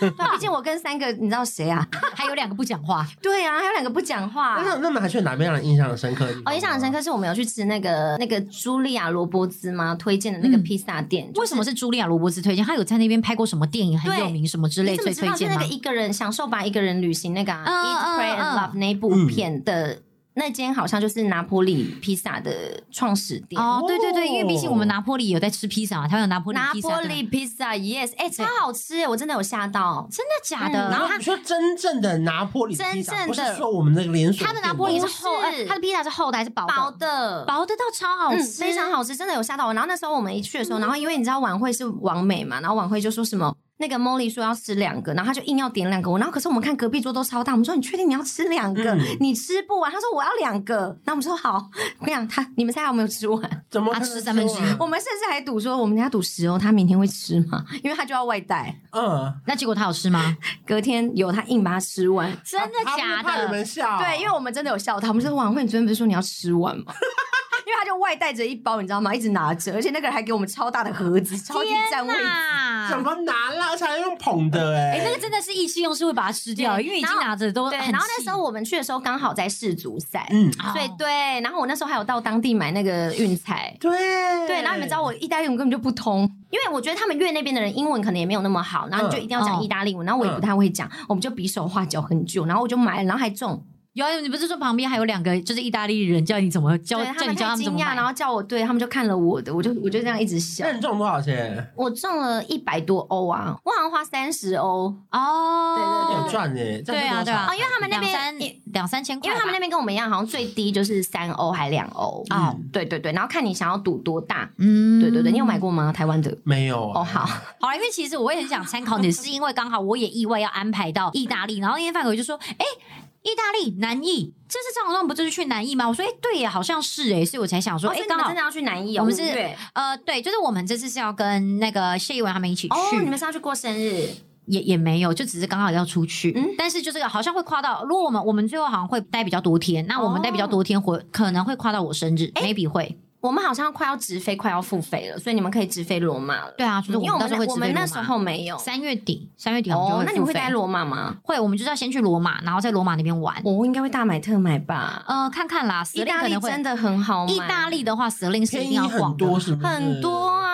Speaker 1: 对啊，毕竟我跟三个，你知道谁啊？
Speaker 3: 还有两个不讲话，
Speaker 1: 对啊，还有两个不讲话。
Speaker 2: 那那么还去哪边让你印象深刻的地方吗？
Speaker 1: 哦，印象很深刻是我们有去吃那个那个茱莉亚罗伯兹吗推荐的那个
Speaker 3: 嗯
Speaker 1: 披萨店，就
Speaker 3: 为什么是茱莉亚·罗伯兹推荐？她有在那边拍过什么电影很
Speaker 1: 对
Speaker 3: 有名什么之类，
Speaker 1: 你怎
Speaker 3: 所
Speaker 1: 么知道
Speaker 3: 以推
Speaker 1: 是
Speaker 3: 荐
Speaker 1: 那
Speaker 3: 吗
Speaker 1: 个？一个人享受吧，一个人旅行那个、啊
Speaker 3: 嗯嗯
Speaker 1: Eat, Pray and
Speaker 3: 嗯
Speaker 1: Love 那一部
Speaker 2: 嗯
Speaker 1: 片的、那间好像就是拿坡里披萨的创始店。
Speaker 3: 哦，对对对，
Speaker 2: 哦
Speaker 3: 因为毕竟我们拿破里有在吃披萨嘛，他有拿破里
Speaker 1: 拿
Speaker 3: 披萨
Speaker 1: 坡
Speaker 3: 对吧
Speaker 1: 里披萨，yes，哎、超好吃，我真的有吓到。
Speaker 3: 真的假的？
Speaker 1: 嗯
Speaker 2: 然后你说真正的拿破里披萨，
Speaker 1: 真正的
Speaker 2: 不是说我们那个连锁
Speaker 3: 它
Speaker 2: 店
Speaker 3: 的
Speaker 2: 吗，
Speaker 3: 拿破里是厚，
Speaker 1: 不
Speaker 3: 呃
Speaker 1: 是
Speaker 3: 它的披萨是厚的还是薄的？
Speaker 1: 薄的，
Speaker 3: 薄的到超好
Speaker 1: 嗯，
Speaker 3: 吃，
Speaker 1: 非常。好吃，真的有吓到我。然后那时候我们一去的时候，然后因为你知道晚会是王美嘛，然后晚会就说什么。那个 Molly 说要吃两个，然后他就硬要点两个，然后可是我们看隔壁桌都超大，我们说你确定你要吃两个？
Speaker 2: 嗯
Speaker 1: 你吃不完？他说我要两个，然后我们说好，我跟你讲他，你们猜他有没有吃完？ [laughs]
Speaker 2: 怎么
Speaker 3: 它
Speaker 2: 可
Speaker 3: 吃
Speaker 2: 能
Speaker 3: 三分之一
Speaker 2: 说啊
Speaker 1: 我们甚至还赌说我们等下赌十哦，他明天会吃吗？因为他就要外带，
Speaker 2: 嗯，
Speaker 3: 那结果他有吃吗？
Speaker 1: 隔天有他硬把它吃完。
Speaker 3: [laughs] 真的
Speaker 2: 他
Speaker 3: 假
Speaker 2: 不怕你
Speaker 3: 的？
Speaker 2: 们笑，
Speaker 1: 对，因为我们真的有笑他，我们说晚会你昨天不是说你要吃完吗？ [laughs] 因为他就外带着一包，你知道吗？一直拿着，而且那个人还给我们超大的盒子，超级占位置。
Speaker 3: 呐
Speaker 2: 怎么拿啦？才用捧的哎、
Speaker 3: 哎，那个真的是意气用事会把它吃掉，
Speaker 1: 对
Speaker 3: 因为已
Speaker 1: 然
Speaker 3: 经
Speaker 1: 后
Speaker 3: 拿着都
Speaker 1: 对，
Speaker 3: 很
Speaker 1: 然后那
Speaker 3: 气
Speaker 1: 时候我们去的时候刚好在世足赛，
Speaker 2: 嗯，
Speaker 3: 哦
Speaker 1: 所以对，然后我那时候还有到当地买那个运彩。
Speaker 2: 对
Speaker 1: 对，然后你们知道我意大利文根本就不通，因为我觉得他们越那边的人英文可能也没有那么好，然后你就一定要讲意大利文，然后我也不太会讲，我们就比手画脚很久，然后我就买了，然后还中，
Speaker 3: 有啊，你不是说旁边还有两个就是意大利人教你怎么教，
Speaker 1: 对
Speaker 3: 叫
Speaker 1: 他
Speaker 3: 你
Speaker 1: 们
Speaker 3: 教
Speaker 1: 太
Speaker 3: 他们怎
Speaker 1: 惊
Speaker 3: 么
Speaker 1: 讶，然
Speaker 3: 买？
Speaker 1: 后叫我对他们就看了我的，我就我就这样一直笑
Speaker 2: 那。你中多少钱？
Speaker 1: 我中了一百多欧啊，我好像花三十欧对对
Speaker 3: 哦
Speaker 2: 有，赚哎，这样是
Speaker 3: 对啊
Speaker 2: 多少
Speaker 3: 对啊
Speaker 1: 哦，因为他们那
Speaker 3: 两
Speaker 1: 边
Speaker 3: 三
Speaker 1: 因
Speaker 3: 两三千块
Speaker 1: 为
Speaker 3: 吧，啊
Speaker 1: 他们那边跟我们一样，好像最低就是三欧还两欧嗯
Speaker 2: 哦
Speaker 1: 对对对，然后看你想要赌多大，
Speaker 3: 嗯
Speaker 1: 对对对，你有买过吗？台湾的？
Speaker 2: 没有啊
Speaker 1: 哦，好，
Speaker 3: 好啦，因为其实我也很想参考你，是因为刚好我也意外要安排到意大利，然后那天范伟就说：“哎、意大利南意，这次张总不就是去南意吗？”我说：“哎、对耶，好像是哎。”所以我才想说：“
Speaker 1: 所
Speaker 3: 哎、
Speaker 1: 以你
Speaker 3: 刚
Speaker 1: 们哦
Speaker 3: 好
Speaker 1: 真的要去南艺哦，
Speaker 3: 我们是
Speaker 1: 五月
Speaker 3: 呃，对，就是我们这次是要跟那个谢一文他们一起去，
Speaker 1: 哦，你们是要去过生日
Speaker 3: 也也没有，就只是刚好要出去。
Speaker 1: 嗯
Speaker 3: 但是就是好像会跨到，如果我们我们最后好像会待比较多天，那我们待比较多天会可能会跨到我生日、m a y b e 会。
Speaker 1: 我们好像快要直飞，快要付费了，所以你们可以直飞罗马了。
Speaker 3: 对啊，就是
Speaker 1: 因为
Speaker 3: 到时候会
Speaker 1: 那我
Speaker 3: 直飞
Speaker 1: 们那
Speaker 3: 罗
Speaker 1: 时
Speaker 3: 马
Speaker 1: 候没有
Speaker 3: 三月底，三月底我们就
Speaker 1: 哦，那你们
Speaker 3: 付
Speaker 1: 会
Speaker 3: 费
Speaker 1: 待罗马吗？
Speaker 3: 会，我们就是要先去罗马，然后在罗马那边玩。
Speaker 1: 我应该会大买特买吧。
Speaker 3: 呃，看看啦，
Speaker 1: 意
Speaker 3: 死令
Speaker 1: 大
Speaker 3: 可
Speaker 1: 利
Speaker 3: 能会。
Speaker 1: 真的很好买，
Speaker 3: 意大利的话，死令是一
Speaker 2: 便
Speaker 3: 定
Speaker 2: 宜
Speaker 3: 要
Speaker 2: 很
Speaker 3: 逛的。
Speaker 2: 多是不是？
Speaker 1: 很多啊。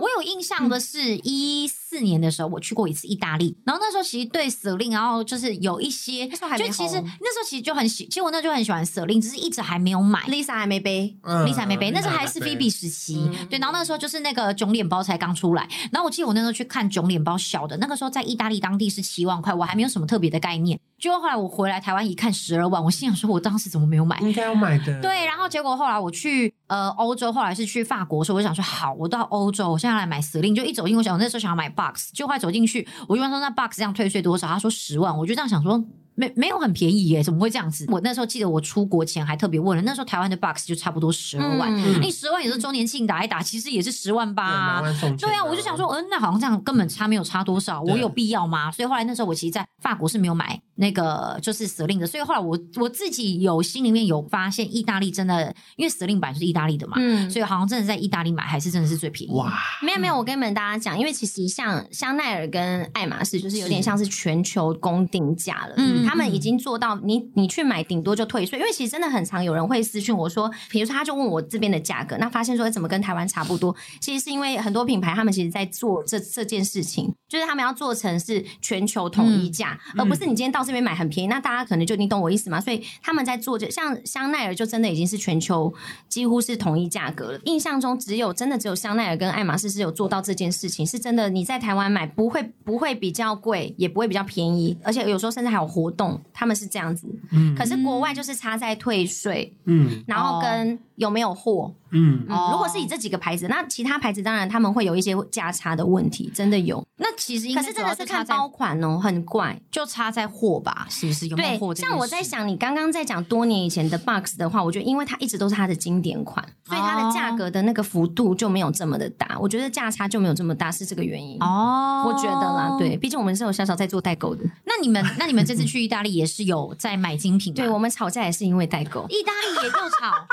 Speaker 3: 我有印象的是，一四年的时候我去过一次意大利，然后那时候其实对舍令，然后就是有一些，
Speaker 1: 时候还
Speaker 3: 就
Speaker 1: 没
Speaker 3: 其实
Speaker 1: 红
Speaker 3: 那时候其实就很喜，其实我那时候就很喜欢舍令，只是一直还没有买。
Speaker 1: Lisa 还没背，
Speaker 2: 嗯，
Speaker 3: 丽莎没背，那时候还是
Speaker 2: 菲
Speaker 3: 菲
Speaker 2: 比
Speaker 3: 比时期，
Speaker 1: 嗯
Speaker 3: 对，然后那时候就是那个囧脸包才刚出来，然后我记得我那时候去看囧脸包小的，那个时候在意大利当地是七万块，我还没有什么特别的概念，结果后来我回来台湾一看十二万，我心想说我当时怎么没有买？
Speaker 2: 应该要买的，
Speaker 3: 对，然后结果后来我去呃欧洲，后来是去法国的时候，我就想说好，我到欧洲，我现在来买死令，就一走进，我想我那时候想要买 box，就后来走进去，我就问他说那 box 这样退税多少？他说十万，我就这样想说。没没有很便宜耶，怎么会这样子？我那时候记得我出国前还特别问了，那时候台湾的 box 就差不多十二万，
Speaker 1: 嗯
Speaker 3: 你十万也是周年庆打一打，其实也是十万八、
Speaker 2: 对拿完送钱
Speaker 3: 对啊，我就想说，嗯、那好像这样根本差没有差多少，我
Speaker 2: 对
Speaker 3: 有必要吗？所以后来那时候我其实在法国是没有买那个就是死令的，所以后来我我自己有心里面有发现，意大利真的因为死令版就是意大利的嘛，
Speaker 1: 嗯，
Speaker 3: 所以好像真的在意大利买还是真的是最便宜。
Speaker 2: 哇，
Speaker 1: 没有没有，我跟你们大家讲，因为其实像香奈儿跟爱马仕，就是有点像是全球公定价了。
Speaker 3: 嗯
Speaker 1: 嗯，他们已经做到你你去买顶多就退税，因为其实真的很常有人会私讯我说，比如说他就问我这边的价格，那发现说哎诶怎么跟台湾差不多，其实是因为很多品牌他们其实在做这这件事情，就是他们要做成是全球统一价，而不是你
Speaker 3: 嗯
Speaker 1: 今天到这边买很便宜，那大家可能就你懂我意思吗？所以他们在做这，像香奈儿就真的已经是全球几乎是统一价格了。印象中只有真的只有香奈儿跟爱马仕是有做到这件事情，是真的你在台湾买不会不会比较贵，也不会比较便宜，而且有时候甚至还有活动，他们是这样子。
Speaker 2: 嗯
Speaker 1: 可是国外就是差在退税，
Speaker 2: 嗯
Speaker 1: 然后跟有没有货。
Speaker 2: 嗯，
Speaker 3: 哦
Speaker 1: 嗯，如果是以这几个牌子，那其他牌子当然他们会有一些价差的问题，真的有。
Speaker 3: 那其实应
Speaker 1: 可
Speaker 3: 该
Speaker 1: 是
Speaker 3: 主
Speaker 1: 真
Speaker 3: 要
Speaker 1: 的
Speaker 3: 就是差
Speaker 1: 看
Speaker 3: 在
Speaker 1: 包款哦，很怪。
Speaker 3: 就差在货吧，是不是有没有
Speaker 1: 对
Speaker 3: 货？，
Speaker 1: 像我在，想，你刚刚在讲多年以前的 Box 的话，我觉得因为它一直都是它的经典款，所以它的
Speaker 3: 哦
Speaker 1: 价格的那个幅度就没有这么的大，我觉得价差就没有这么大，是这个原因。
Speaker 3: 哦，嗯
Speaker 1: 我觉得啦，对，。毕竟我们是有小小在做代购的，
Speaker 3: 那你们，那你们这次去意大利也是有在买精品吗？
Speaker 1: 对我们吵架也是因为代购。
Speaker 3: 意大利也又吵，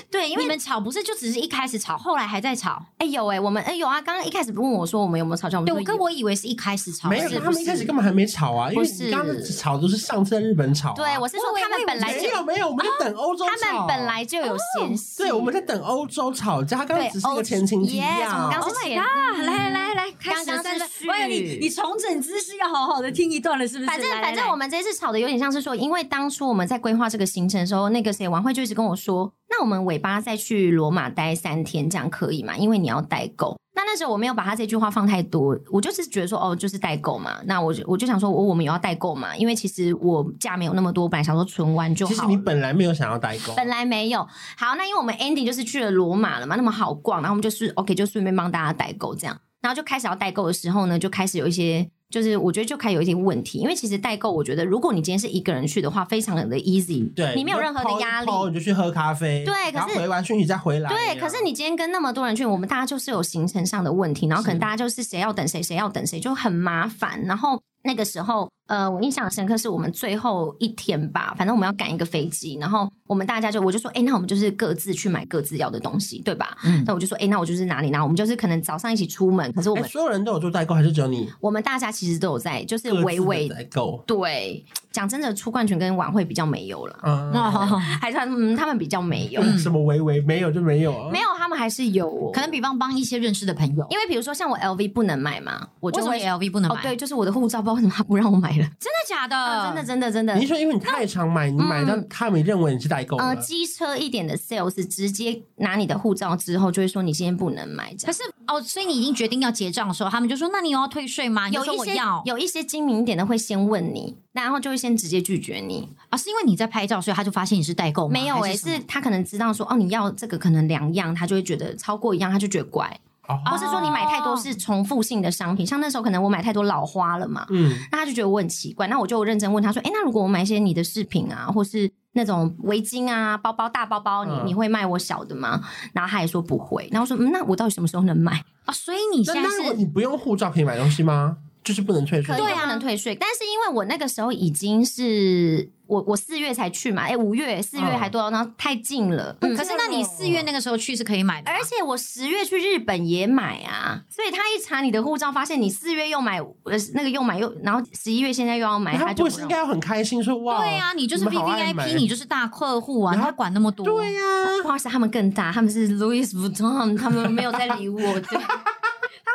Speaker 1: [laughs] 对，因
Speaker 3: 你
Speaker 1: 为
Speaker 3: 们吵不是就只是一开始吵，后来还在吵。
Speaker 1: 哎、有哎、我们哎、有啊，刚刚一开始问我说我们有没有吵架，我们
Speaker 3: 对，
Speaker 1: 说
Speaker 3: 我跟
Speaker 1: 有
Speaker 3: 我以为是一开始吵，
Speaker 1: 嗯
Speaker 2: 没有，
Speaker 3: 是哦
Speaker 2: 他
Speaker 3: 不
Speaker 2: 们一开始
Speaker 3: 是？
Speaker 2: 根本还没吵啊，因为
Speaker 1: 不是
Speaker 2: 你刚刚吵都是上次在日本吵啊、
Speaker 1: 对我是说
Speaker 3: 我以为
Speaker 1: 他们本来
Speaker 2: 没
Speaker 1: 就哦
Speaker 2: 有没有，我们在等欧洲吵，
Speaker 1: 他们本来就
Speaker 3: 哦
Speaker 1: 有嫌隙，
Speaker 2: 对我们在等欧洲吵架，他刚刚只是一个前情提
Speaker 1: yes，我
Speaker 2: 要
Speaker 1: 们。刚
Speaker 3: Oh
Speaker 1: 是
Speaker 3: my
Speaker 1: 前
Speaker 3: god！来来来，开始
Speaker 1: 刚刚
Speaker 3: 三
Speaker 1: 是
Speaker 3: 分哎呀你
Speaker 1: 序
Speaker 3: 你重整姿势要好好的听一段了，是不是？
Speaker 1: 反正
Speaker 3: 来
Speaker 1: 反正我，们这次吵的有点像是说，因为当初我们在规划这个行程的时候，那个谁王慧就一直跟我说，那我们尾巴再去罗马待三天，这样可以吗？因为你要代购。那那时候我没有把他这句话放太多，我就是觉得说，哦，就是代购嘛。那我就我就想说，我我们有要代购嘛？因为其实我假没有那么多，我本来想说存完就
Speaker 2: 其实
Speaker 1: 好
Speaker 2: 你
Speaker 1: 了。
Speaker 2: 本来没有想要代购，
Speaker 1: 本来没有，好，那因为我们 ending 就是去了罗马了嘛，那么好逛，然后我们就是 OK，就顺便帮大家代购这样，然后就开始要代购的时候呢，就开始有一些，就是我觉得就开始有一些问题，因为其实代购，我觉得如果你今天是一个人去的话，非常的 easy，
Speaker 2: 对
Speaker 1: 你没有任何的压力
Speaker 2: 你就 po- po，你就去喝咖啡，
Speaker 1: 对可是
Speaker 2: 然后回完讯息再回来。啊
Speaker 1: 对，可是你今天跟那么多人去，我们大家就是有行程上的问题，然后可能
Speaker 2: 是
Speaker 1: 大家就是哎谁要等谁，谁要等谁，就很麻烦。然后那个时候，呃，我印象很深刻是我们最后一天吧，反正我们要赶一个飞机，然后我们大家就我就说，哎、那我们就是各自去买各自要的东西，对吧？
Speaker 3: 嗯
Speaker 1: 那我就说，哎、那我就是哪里拿，我们就是可能早上一起出门，可是我
Speaker 2: 哎
Speaker 1: 们、
Speaker 2: 所有人都有做代购，还是只有你
Speaker 1: 我们大家其实都有在，就是
Speaker 2: 各自的
Speaker 1: 微微
Speaker 2: 代购？
Speaker 1: 对，讲真的，出冠群跟晚会比较没有了，
Speaker 2: 嗯，
Speaker 3: 哦
Speaker 1: 还是他们、嗯、他们比较没有，
Speaker 2: 什么微微没有就没有啊，
Speaker 1: 没有他们还是有哦、
Speaker 3: [laughs] 可能比方帮一些认识的朋友，
Speaker 1: 因为比如说像我 LV 不能买嘛，我
Speaker 3: 我
Speaker 1: 就
Speaker 3: 就
Speaker 1: 会
Speaker 3: 会 LV 不能
Speaker 1: 哦
Speaker 3: 买，，嗯
Speaker 1: 对，就是我的护照，不知道为什么他不让我买
Speaker 3: [laughs]
Speaker 1: 了，
Speaker 3: 真的假的？
Speaker 1: 真的真的真的
Speaker 2: 你。是说因为你太常买，你买到他们认为你是代购
Speaker 1: 呃，
Speaker 2: 了。
Speaker 1: 机车一点的 sales 直接拿你的护照之后，就会说你今天不能买这样。
Speaker 3: 可是哦，所以你已经决定要结账的时候，他们就说：“那你有要退税吗？”你就
Speaker 1: 有
Speaker 3: 说
Speaker 1: 一
Speaker 3: 我
Speaker 1: 些
Speaker 3: 要
Speaker 1: 有一些精明一点的会先问你，然后就会先直接拒绝你。
Speaker 3: 啊，是因为你在拍照，所以他就发现你是代购吗？
Speaker 1: 没有
Speaker 3: 还
Speaker 1: 诶、
Speaker 3: 是什么
Speaker 1: 是他可能知道说哦，你要这个可能两样，他就会觉得超过一样，他就觉得怪，
Speaker 2: 哦
Speaker 1: 或是说你买太多是重复性的商品，像那时候可能我买太多老花了嘛，
Speaker 2: 嗯，
Speaker 1: 那他就觉得我很奇怪，那我就认真问他说：“哎、那如果我买一些你的饰品啊，或是那种围巾啊、包包、大包包，你、
Speaker 2: 嗯
Speaker 1: 你会卖我小的吗？”然后他也说不会。然后我说：“嗯，那我到底什么时候能买
Speaker 3: 啊，所以你
Speaker 2: 那
Speaker 3: 现在
Speaker 2: 那如果
Speaker 3: 是
Speaker 2: 你不用护照可以买东西吗？就是不能退？”税
Speaker 1: 可以，
Speaker 3: 对啊
Speaker 1: 不能退税。但是因为我那个时候已经是我我四月才去嘛，哎、五月、四月
Speaker 2: 嗯
Speaker 1: 还多少？然后太近了。嗯
Speaker 3: 可是那你四月那个时候去是可以买的吗，
Speaker 1: 而且我十月去日本也买啊，所以他一查你的护照，发现你四月又买，呃，那个又买又，然后十一月现在又要买，
Speaker 2: 他
Speaker 1: 他
Speaker 2: 们
Speaker 1: 就
Speaker 2: 不
Speaker 1: 不
Speaker 2: 是
Speaker 1: 让
Speaker 2: 应该要很开心说哇？
Speaker 3: 对啊，你就是
Speaker 2: 们好爱
Speaker 3: VVIP，
Speaker 2: 买
Speaker 3: 你就是大客户啊，
Speaker 2: 然
Speaker 3: 你
Speaker 2: 后
Speaker 3: 还管那么多？
Speaker 2: 对啊呀，
Speaker 1: 不好意思，他们更大，他们是 Louis Vuitton，他 [laughs] 们没有在理我。 [laughs] 对，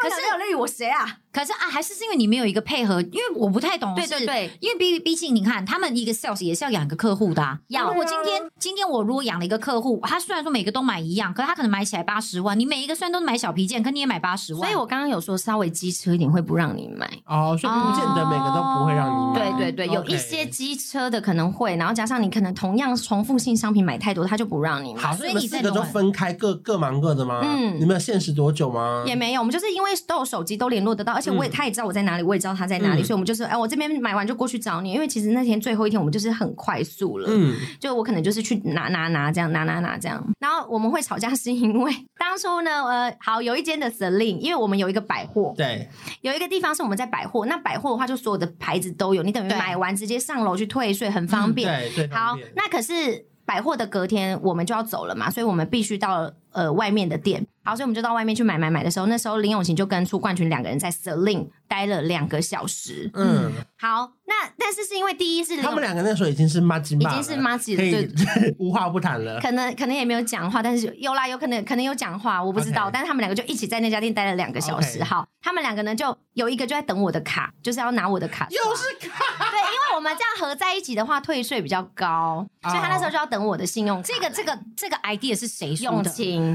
Speaker 1: 可是有在理我谁啊？
Speaker 3: 可是啊，还是是因为你没有一个配合，因为我不太懂。
Speaker 1: 对对，对，
Speaker 3: 因为毕毕竟你看，他们一个 sales 也是要养一个客户的、啊。
Speaker 1: 要
Speaker 3: 我今天今天我如果养了一个客户，他虽然说每个都买一样，可是他可能买起来八十万，你每一个虽然都是买小皮件，可你也买八十万。
Speaker 1: 所以我刚刚有说稍微机车一点会不让你买。哦
Speaker 2: 哦，所以不见得每个都不会让你买。
Speaker 1: 对对对，有
Speaker 2: OK
Speaker 1: 一些机车的可能会，然后加上你可能同样重复性商品买太多，他就不让你买。
Speaker 2: 好，
Speaker 3: 所
Speaker 2: 所
Speaker 3: 以
Speaker 2: 以你们
Speaker 3: 你在
Speaker 2: 四个都
Speaker 3: 弄
Speaker 2: 分开，各各忙各的吗？
Speaker 1: 嗯
Speaker 2: 你们有限时多久吗？
Speaker 1: 也没有，我们就是因为都有手机，都联络得到，而且我也他也知道我在哪里，我也知道他在哪里，
Speaker 2: 嗯
Speaker 1: 所以我们就是哎，我这边买完就过去找你，因为其实那天最后一天我们就是很快速了，
Speaker 2: 嗯，
Speaker 1: 就我可能就是去拿拿拿这样拿拿拿这样，然后我们会吵架 [laughs] 是因为当初呢，呃，好有一间的 Celine，因为我们有一个百货，
Speaker 2: 对，
Speaker 1: 有一个地方是我们在百货，那百货的话就所有的牌子都有，你等于
Speaker 3: 对
Speaker 1: 买完直接上楼去退税，很方便。
Speaker 2: 嗯对对，
Speaker 1: 好，那可是百货的隔天我们就要走了嘛，所以我们必须到呃外面的店。好，所以我们就到外面去买买买的时候，那时候林永行就跟出冠群两个人在 Celine 待了两个小时。
Speaker 2: 嗯，
Speaker 1: 好，那但是是因为第一是林
Speaker 2: 他
Speaker 1: 永
Speaker 2: 们两个那时候已经是妈鸡
Speaker 1: 嗯已
Speaker 2: 妈，
Speaker 1: 经是妈吉
Speaker 2: 可
Speaker 1: 了，
Speaker 2: 以
Speaker 1: 对。
Speaker 2: [laughs] 无话不谈了。
Speaker 1: 可能可能也没有讲话，但是有啦，有可能可能有讲话，我不知道。
Speaker 2: OK
Speaker 1: 但是他们两个就一起在那家店待了两个小时。
Speaker 2: OK
Speaker 1: 好，他们两个呢就有一个就在等我的卡，就是要拿我的
Speaker 2: [laughs]
Speaker 1: 卡。
Speaker 2: 又是卡，
Speaker 1: 对，因为我们这样合在一起的话，退税比较高，
Speaker 2: 哦
Speaker 1: 所以他那时候就要等我的信用卡
Speaker 3: 这个这个这个 idea 是谁说
Speaker 1: 用
Speaker 3: 的？
Speaker 1: 情。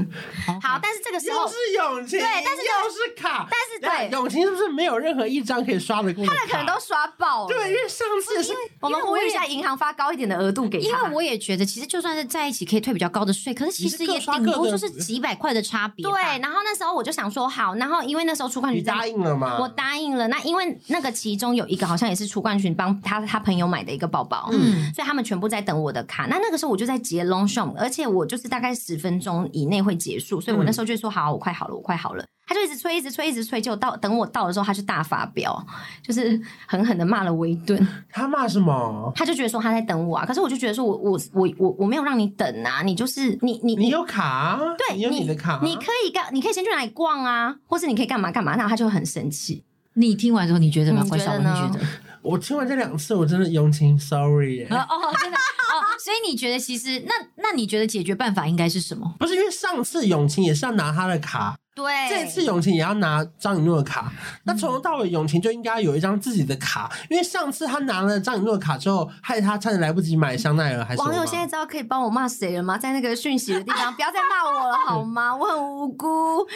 Speaker 1: 好，
Speaker 3: 好，
Speaker 1: 但是这个时
Speaker 2: 又
Speaker 1: 候，
Speaker 2: 是永晴，
Speaker 1: 对但是
Speaker 2: 又是卡，
Speaker 1: 但是对，
Speaker 2: 永晴是不是没有任何一张可以刷得过的卡？
Speaker 1: 他可能都刷爆了。
Speaker 2: 对，因为上次是
Speaker 1: 我们
Speaker 3: 因为我
Speaker 1: 呼吁
Speaker 3: 也
Speaker 1: 一下银行发高一点的额度给他。
Speaker 3: 因为我也觉得，其实就算是在一起可以退比较高的税，可是其实也
Speaker 2: 你是各刷
Speaker 3: 顶
Speaker 2: 各的
Speaker 3: 多就是几百块的差别吧。
Speaker 1: 对，然后那时候我就想说好，然后因为那时候出冠
Speaker 2: 你
Speaker 1: 军在
Speaker 2: 答应了吗？
Speaker 1: 我答应了。那因为那个其中有一个好像也是楚冠群帮他他朋友买的一个包包，
Speaker 3: 嗯
Speaker 1: 所以他们全部在等我的卡。那那个时候我就在结 long shop，而且我就是大概十分钟以内会结束，所以我那时候就说好，我快好了，我快好了。他就一直催，一直催，一直催，就到等我到的时候，他就大发飙，就是狠狠的骂了我一顿。
Speaker 2: 他骂什么？
Speaker 1: 他就觉得说他在等我啊，可是我就觉得说我我我我我没有让你等啊，你就是你你
Speaker 2: 你有卡啊，
Speaker 1: 对
Speaker 2: 你有你的卡啊，
Speaker 1: 你可以干，你可以先去哪里逛啊，或是你可以干嘛干嘛，那他就会很生气。
Speaker 3: 你听完之后你觉得吗？
Speaker 1: 嗯你
Speaker 3: 关
Speaker 1: 觉
Speaker 3: 少
Speaker 1: 得
Speaker 3: 文，你觉
Speaker 1: 呢
Speaker 3: 得？
Speaker 1: [laughs]
Speaker 2: 我听完这两次，我真的永晴，sorry 耶、
Speaker 3: 呃
Speaker 1: 啊
Speaker 3: 哦，真的哦，所以你觉得其实那那你觉得解决办法应该是什么？
Speaker 2: 不是因为上次永晴也是要拿他的卡，
Speaker 1: 对嗯
Speaker 2: 这次永晴也要拿张雨诺的卡。那从头到尾，永晴就应该有一张自己的卡，因为上次他拿了张雨诺的卡之后，害他差点来不及买香奈儿还是什么
Speaker 1: 网
Speaker 2: 吗
Speaker 1: 友现在知道可以帮我骂谁了吗？在那个讯息的地
Speaker 2: [laughs]
Speaker 1: 方，不要再骂我了好吗？我很无辜。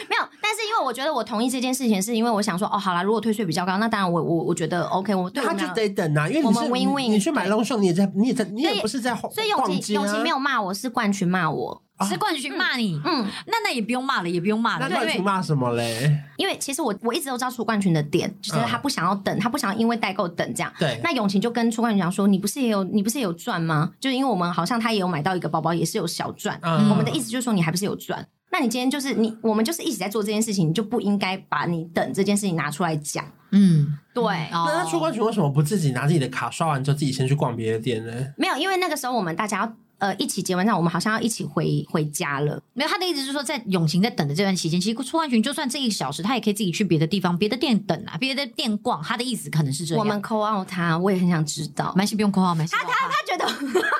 Speaker 1: 没有，但是因为我觉得我同意这件事情，是因为我想说，哦，好啦，如果退税比较高，那当然我我我觉得 OK，我对
Speaker 2: 那
Speaker 1: 我
Speaker 2: 他
Speaker 1: 们俩
Speaker 2: 就得等啊，因为你是
Speaker 1: 我们 win-win，
Speaker 2: 你你去买
Speaker 1: 对嗯
Speaker 2: long show，你也在，你也在，你也不是在晃
Speaker 1: 所以
Speaker 2: 逛
Speaker 1: 永琪
Speaker 2: 街啊
Speaker 1: 永琪没有骂我，是冠群骂我。
Speaker 2: 啊
Speaker 3: 是冠军骂你，
Speaker 1: 嗯，
Speaker 3: 那那也不用骂了，也不用骂了，
Speaker 2: 那
Speaker 3: 对
Speaker 2: 乱
Speaker 3: 对
Speaker 2: 群骂什么嘞？
Speaker 1: 因为其实我我一直都知道楚冠群的点，就是
Speaker 2: 嗯
Speaker 1: 他不想要等，他不想要因为代购等这样。[laughs]
Speaker 2: 对，
Speaker 1: 那永晴就跟楚冠群讲说：“你不是也有你不是也有赚吗？就是因为我们好像他也有买到一个包包，也是有小赚。
Speaker 2: 嗯
Speaker 1: 我们的意思就是说你还不是有赚。那你今天就是你，我们就是一起在做这件事情，你就不应该把你等这件事情拿出来讲。
Speaker 3: 嗯，
Speaker 1: 对，
Speaker 2: 那他出
Speaker 3: 哦，
Speaker 2: 关群为什么不自己拿自己的卡刷完之后，自己先去逛别的店呢？
Speaker 1: 没有，因为那个时候我们大家要呃一起结完账，我们好像要一起回回家了。
Speaker 3: 没有他的意思是说，在永晴在等的这段期间，其实出冠群就算这一个小时，他也可以自己去别的地方、别的店等啊，别的店逛，他的意思可能是这样。
Speaker 1: 我们 call out 他，我也很想知道。
Speaker 3: 蛮系不用括号，蛮系不用括号
Speaker 1: 他觉得 [laughs]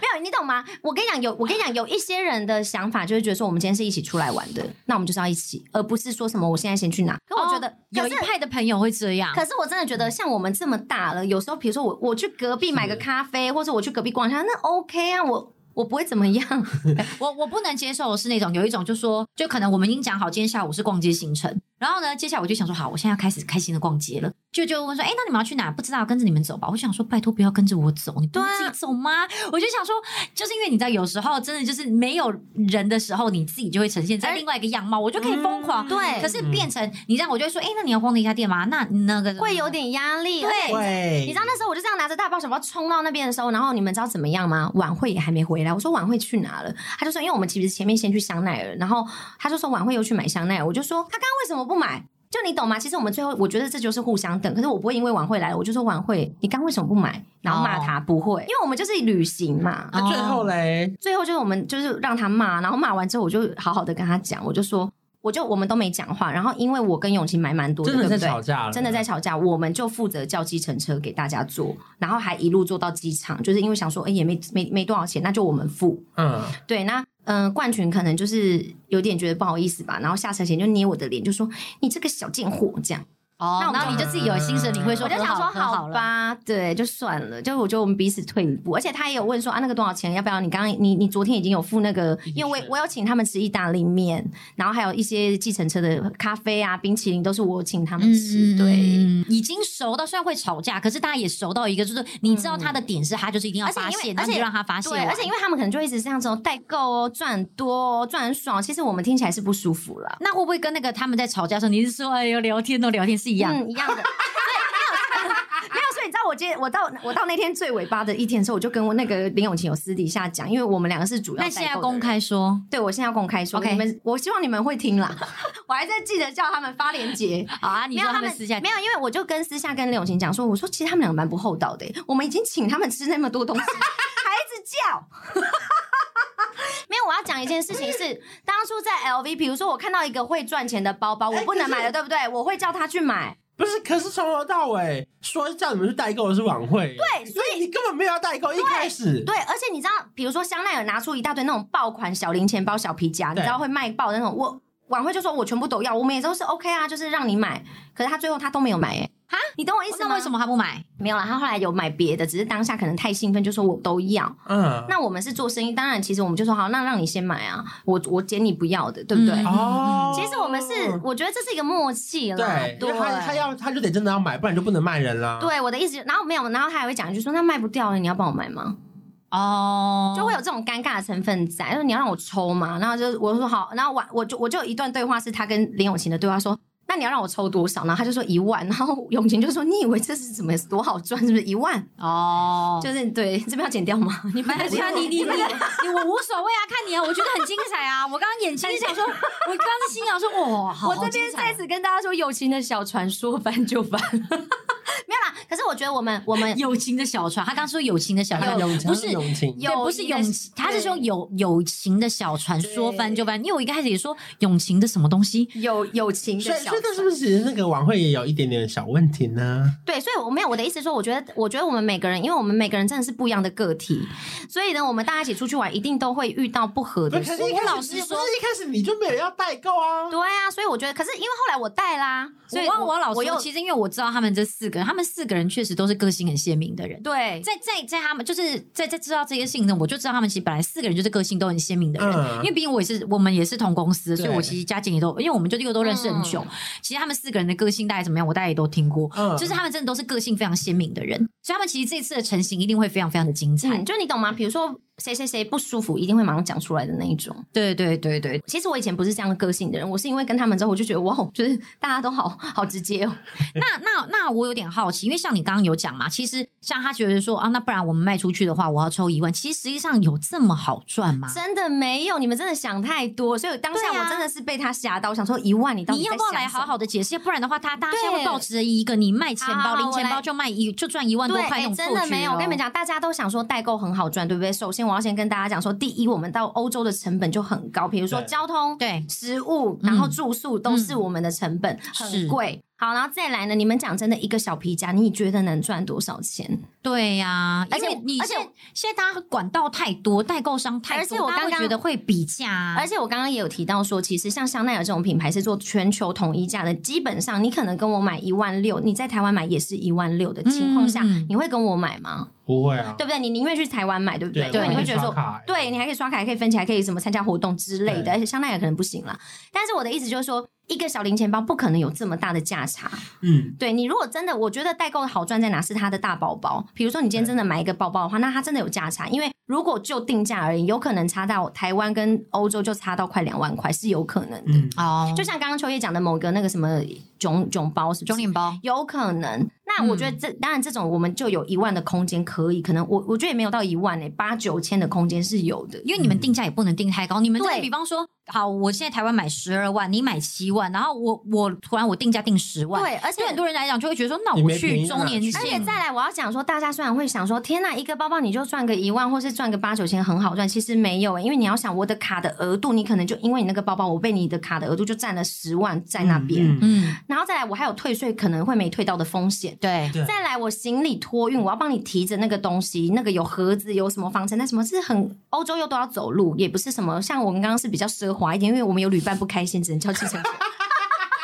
Speaker 1: 没有，你懂吗？我跟你讲，有我跟你讲，有一些人的想法就是觉得说，我们今天是一起出来玩的，那我们就是要一起，而不是说什么我现在先去哪。可我觉得、
Speaker 3: 哦有一
Speaker 1: 可是
Speaker 3: 派的朋友会这样，
Speaker 1: 可是我真的觉得，像我们这么大了，有时候比如说我我去隔壁买个咖啡，或者我去隔壁逛一下，那 OK 啊，我我不会怎么样。
Speaker 3: 我我不能接受的是那种有一种就说，就可能我们已经讲好今天下午是逛街行程，然后呢，接下来我就想说，好，我现在要开始开心的逛街了，就就问说，哎、那你们要去哪？不知道，跟着你们走吧。我就想说，拜托不要跟着我走，你不能
Speaker 1: 对啊
Speaker 3: 自己走吗？我就想说，就是因为你知道，有时候真的就是没有人的时候，你自己就会呈现在
Speaker 1: 而
Speaker 3: 另外一个样貌，我就可以疯狂。
Speaker 1: 哎嗯对
Speaker 3: 可是变成你这样，我就会说，哎、那你要逛那家店吗？那那个
Speaker 1: [laughs] 会有。点压力。
Speaker 3: 对
Speaker 1: 而且
Speaker 2: 对，
Speaker 1: 你知道那时候我就这样拿着大包小包冲到那边的时候，然后你们知道怎么样吗？晚会也还没回来，我说晚会去哪了？他就说，因为我们其实前面先去香奈儿，然后他就说晚会又去买香奈儿，我就说他刚刚为什么不买？就你懂吗？其实我们最后，我觉得这就是互相等。可是我不会因为晚会来了，我就说晚会，你刚为什么不买？然后骂他、不会，因为我们就是旅行嘛。
Speaker 2: 那最后嘞，
Speaker 1: 最后就是我们就是让他骂，然后骂完之后，我就好好的跟他讲，我就说，我就我们都没讲话。然后因为我跟永晴买蛮多的，
Speaker 2: 真的
Speaker 1: 哦对
Speaker 2: 在
Speaker 1: 不对
Speaker 2: 吵架了，
Speaker 1: 真的在吵架，我们就负责叫计程车给大家坐，然后还一路坐到机场，就是因为想说，哎、也没没没多少钱，那就我们付。
Speaker 2: 嗯，
Speaker 1: 对，那嗯、呃冠群可能就是有点觉得不好意思吧，然后下车前就捏我的脸，就说你这个小贱货这样。
Speaker 3: 哦
Speaker 1: 那，我们
Speaker 3: 然后你就自己有心神，你会说
Speaker 1: 我就
Speaker 3: 很
Speaker 1: 想说
Speaker 3: 很好了
Speaker 1: 吧，对，就算了，就我觉得我们彼此退一步，而且他也有问说啊，那个多少钱？要不要你刚刚你你昨天已经有付那个，因为我我有请他们吃意大利面，然后还有一些计程车的咖啡啊、冰淇淋都是我请他们吃，对。
Speaker 3: 嗯，已经熟到虽然会吵架，可是大家也熟到一个，就是你知道他的点是他就是一定要
Speaker 1: 嗯而且因
Speaker 3: 发
Speaker 1: 为
Speaker 3: 泄，
Speaker 1: 而
Speaker 3: 那你
Speaker 1: 且
Speaker 3: 就让他发泄
Speaker 1: 对，
Speaker 3: 完。
Speaker 1: 而且因为他们可能就一直这样子哦，代购哦，赚很多哦，赚很爽。其实我们听起来是不舒服了。
Speaker 3: 那会不会跟那个他们在吵架的时候，你是说哎呦聊天都聊天是 [laughs] 一样。
Speaker 1: 嗯，一样的。对， [laughs] 没有，没有。所以你知道，我今天我到我到那天最尾巴的一天的时候，我就跟我那个林永晴有私底下讲，因为我们两个是主要。
Speaker 3: 那现在公，开说
Speaker 1: 对我现在要公开说
Speaker 3: OK
Speaker 1: 你们我希望你们会听 [laughs] 啦。我还在记得叫他们发链接。
Speaker 3: 好啊，你
Speaker 1: 没
Speaker 3: 说
Speaker 1: 有
Speaker 3: 他
Speaker 1: 他
Speaker 3: 们
Speaker 1: 们
Speaker 3: 私下
Speaker 1: 没有，因为我就跟私下跟林永晴讲说，我说其实他们两个蛮不厚道的、欸我们已经请他们吃那么多东西，还 [laughs] 一直叫。 [laughs] 没有，我要讲一件事情是，当初在 LV，比如说我看到一个会赚钱的包包，我
Speaker 2: 哎
Speaker 1: 不能买
Speaker 2: 可
Speaker 1: 的，
Speaker 2: 是
Speaker 1: 对不对？我会叫他去买。
Speaker 2: 不是，可是从头到尾说叫你们去代购的是晚会，
Speaker 1: 对，所
Speaker 2: 所以你根本没有要代购，一开始
Speaker 1: 对，而且你知道，比如说香奈儿拿出一大堆那种爆款小零钱包、小皮夹，你
Speaker 2: 对
Speaker 1: 知道会卖爆的那种，我晚会就说我全部都要，我们也都是 OK 啊，就是让你买。可是他最后他都没有买、欸，
Speaker 3: 哈，
Speaker 1: 你懂我意思吗？
Speaker 3: 哦那为什么他不买？
Speaker 1: 没有啦？他后来有买别的，只是当下可能太兴奋，就说我都要。
Speaker 2: 嗯，
Speaker 1: 那我们是做生意，当然其实我们就说好，那让你先买啊，我我捡你不要的，对不对？
Speaker 3: 嗯
Speaker 2: 哦，
Speaker 1: 其实我们是，我觉得这是一个默契啦，
Speaker 2: 对，因为他他要他就得真的要买，不然就不能卖人啦。，
Speaker 1: 对我的意思，然后没有，然后他还会讲一句说，那卖不掉了，你要帮我买吗？
Speaker 3: 哦，
Speaker 1: 就会有这种尴尬的成分在，就是你要让我抽嘛，然后就我就说好，然后我我就我就有一段对话是他跟林永晴的对话说。那你要让我抽多少？然后他就说一万，然后永晴就说：“你以为这是怎么多好赚？是不是一万？
Speaker 3: 哦。
Speaker 1: 就是对这边要剪掉吗？你
Speaker 3: 没关系啊，你你你你我无所谓啊，看你啊，我觉得很精彩啊。我刚刚眼睛想说，我刚刚是心想说，哇，好
Speaker 1: 我这
Speaker 3: 好精
Speaker 1: 边
Speaker 3: 彩啊
Speaker 1: 在此跟大家说，友情的小船说翻就翻， [laughs] 没有啦。可是我觉得我们我们
Speaker 3: 友情的小船，他刚说友情的小
Speaker 2: 他
Speaker 3: 船，
Speaker 2: 的勇气，
Speaker 3: 不是
Speaker 2: 他的勇气，
Speaker 3: 对，不是
Speaker 1: 友
Speaker 3: 友
Speaker 1: 谊的
Speaker 3: 情，他是说友友情的小船
Speaker 1: 对
Speaker 3: 说翻就翻，因为我一开始也说友情的什么东西，
Speaker 1: 有友情
Speaker 2: 所
Speaker 1: 的
Speaker 2: 以
Speaker 1: 小
Speaker 2: 所
Speaker 1: 船
Speaker 2: 以这是不是其实那个晚会也有一点点小问题呢？
Speaker 1: 对，所以我没有我的意思是说，我觉得，我觉得我们每个人，因为我们每个人真的是不一样的个体，所以呢，我们大家一起出去玩，一定都会遇到不合
Speaker 2: 不
Speaker 1: 的
Speaker 2: 是，可
Speaker 1: 事。
Speaker 2: 是一开始
Speaker 3: 我老实
Speaker 2: 你不
Speaker 3: 说
Speaker 2: 是一开始你就没有要代购啊？
Speaker 1: 对啊，所以我觉得，可是因为后来我带啦，所
Speaker 3: 所
Speaker 1: 以
Speaker 3: 以我我老
Speaker 1: 我
Speaker 3: 实
Speaker 1: 又
Speaker 3: 说，其实因为我知道他们这四个人，他们四个人确实都是个性很鲜明的人。
Speaker 1: 对
Speaker 3: 在在在他们就是在在知道这些事情呢，我就知道他们其实本来四个人就是个性都很鲜明的人，
Speaker 2: 嗯
Speaker 3: 因为毕竟我也是我们也是同公司，
Speaker 2: 对
Speaker 3: 所以我其实家境也都，因为我们就又都认识很久，其实他们四个人的个性大概怎么样，我大概也都听过，
Speaker 2: 嗯
Speaker 3: 就是他们真的都是个性非常鲜明的人，所以他们其实这次的成型一定会非常非常的精彩。
Speaker 1: 嗯，就你懂吗？比如说谁谁谁不舒服，一定会马上讲出来的那一种。
Speaker 3: 对对对对，
Speaker 1: 其实我以前不是这样的个性的人，我是因为跟他们之后，我就觉得哇，就是大家都好好直接
Speaker 3: [laughs]
Speaker 1: 哦。
Speaker 3: 那那那我有点好奇，因为像你刚刚有讲嘛，其实像他觉得说啊，那不然我们卖出去的话，我要抽一万，其实实际上有这么好赚吗？
Speaker 1: 真的没有，你们真的想太多，所以当下
Speaker 3: 对啊
Speaker 1: 我真的是被他吓到，我
Speaker 3: [laughs]
Speaker 1: 想说一万你到底
Speaker 3: 你要不要来好
Speaker 1: 好？
Speaker 3: 好的解释？不然的话，他大家
Speaker 1: 对
Speaker 3: 现在会保持着一个你卖钱
Speaker 1: 好
Speaker 3: 包、零
Speaker 1: 我
Speaker 3: 钱包
Speaker 1: 来
Speaker 3: 就卖一就赚一万多
Speaker 1: 对，
Speaker 3: 块
Speaker 1: 哎
Speaker 3: 那种
Speaker 1: 真的
Speaker 3: 错觉
Speaker 1: 没有。我跟你们
Speaker 3: 哦，
Speaker 1: 讲，大家都想说代购很好赚，对不对？首先我要先跟大家讲说，第一，我们到欧洲的成本就很高，比如说
Speaker 2: 对
Speaker 1: 交通、
Speaker 3: 对
Speaker 1: 食物，然后住宿都是我们的成本，
Speaker 3: 嗯是
Speaker 1: 很贵。好，然后再来呢，你们讲真的，一个小皮夹，你觉得能赚多少钱？
Speaker 3: 对呀、
Speaker 1: 而
Speaker 3: 因为
Speaker 1: 且
Speaker 3: 你
Speaker 1: 而且
Speaker 3: 现现在大家管道太多，代购商太多，
Speaker 1: 而且我
Speaker 3: 大家
Speaker 1: 刚
Speaker 3: 会
Speaker 1: 刚
Speaker 3: 觉得会比价啊、
Speaker 1: 而且我刚刚也有提到说，其实像香奈儿这种品牌是做全球统一价的，基本上你可能跟我买一万六，你在台湾买也是一万六的情况下，
Speaker 3: 嗯嗯
Speaker 1: 你会跟我买吗？
Speaker 2: 不会啊，
Speaker 1: 对不对？你宁愿去台湾买，对不对？
Speaker 2: 对
Speaker 1: 因为你
Speaker 2: 我
Speaker 1: 会
Speaker 2: 可以
Speaker 1: 觉得说
Speaker 2: 刷卡欸，
Speaker 1: 对你还可以刷卡，还可以分期，还可以什么参加活动之类的。
Speaker 2: 对
Speaker 1: 而且香奈儿可能不行啦，但是我的意思就是说，一个小零钱包不可能有这么大的价差。
Speaker 2: 嗯，
Speaker 1: 对你如果真的，我觉得代购好赚在哪是它的大包包。比如说你今天真的买一个包包的话，那它真的有价差，因为如果就定价而言，有可能差到台湾跟欧洲就差到快两万块是有可能的。
Speaker 2: 嗯
Speaker 3: 哦，
Speaker 1: 就像刚刚秋叶讲的某个那个什么囧囧嗯包是不是
Speaker 3: 中年包，
Speaker 1: 有可能。那我觉得这、当然这种我们就有一万的空间可以，可能我我觉得也没有到一万诶、八九千的空间是有的。
Speaker 3: 因为你们定价也不能定太高，你们这个
Speaker 1: 对
Speaker 3: 比方说，好，我现在台湾买十二万，你买七万，然后我我突然我定价定十万，
Speaker 1: 对，而且
Speaker 3: 对很多人来讲就会觉得说，那
Speaker 2: 你
Speaker 3: 我
Speaker 2: 没便
Speaker 3: 去
Speaker 2: 宜
Speaker 3: 中年
Speaker 2: 哪
Speaker 1: 而且
Speaker 3: 线
Speaker 1: 再来，我要讲说，大家虽然会想说，天呐，一个包包你就赚个一万，或是赚个八九千，很好赚。其实没有、因为你要想我的卡的额度，你可能就因为你那个包包，我被你的卡的额度就占了十万在那边。
Speaker 2: 嗯
Speaker 3: 嗯，
Speaker 1: 然后再来，我还有退税可能会没退到的风险。
Speaker 3: 对，
Speaker 2: 对
Speaker 1: 再来，我行李托运，我要帮你提着那个东西，那个有盒子，有什么防尘袋，什么是很欧洲又都要走路，也不是什么像我们刚刚是比较奢华一点，因为我们有旅伴不开心，只能叫计程车。 [laughs]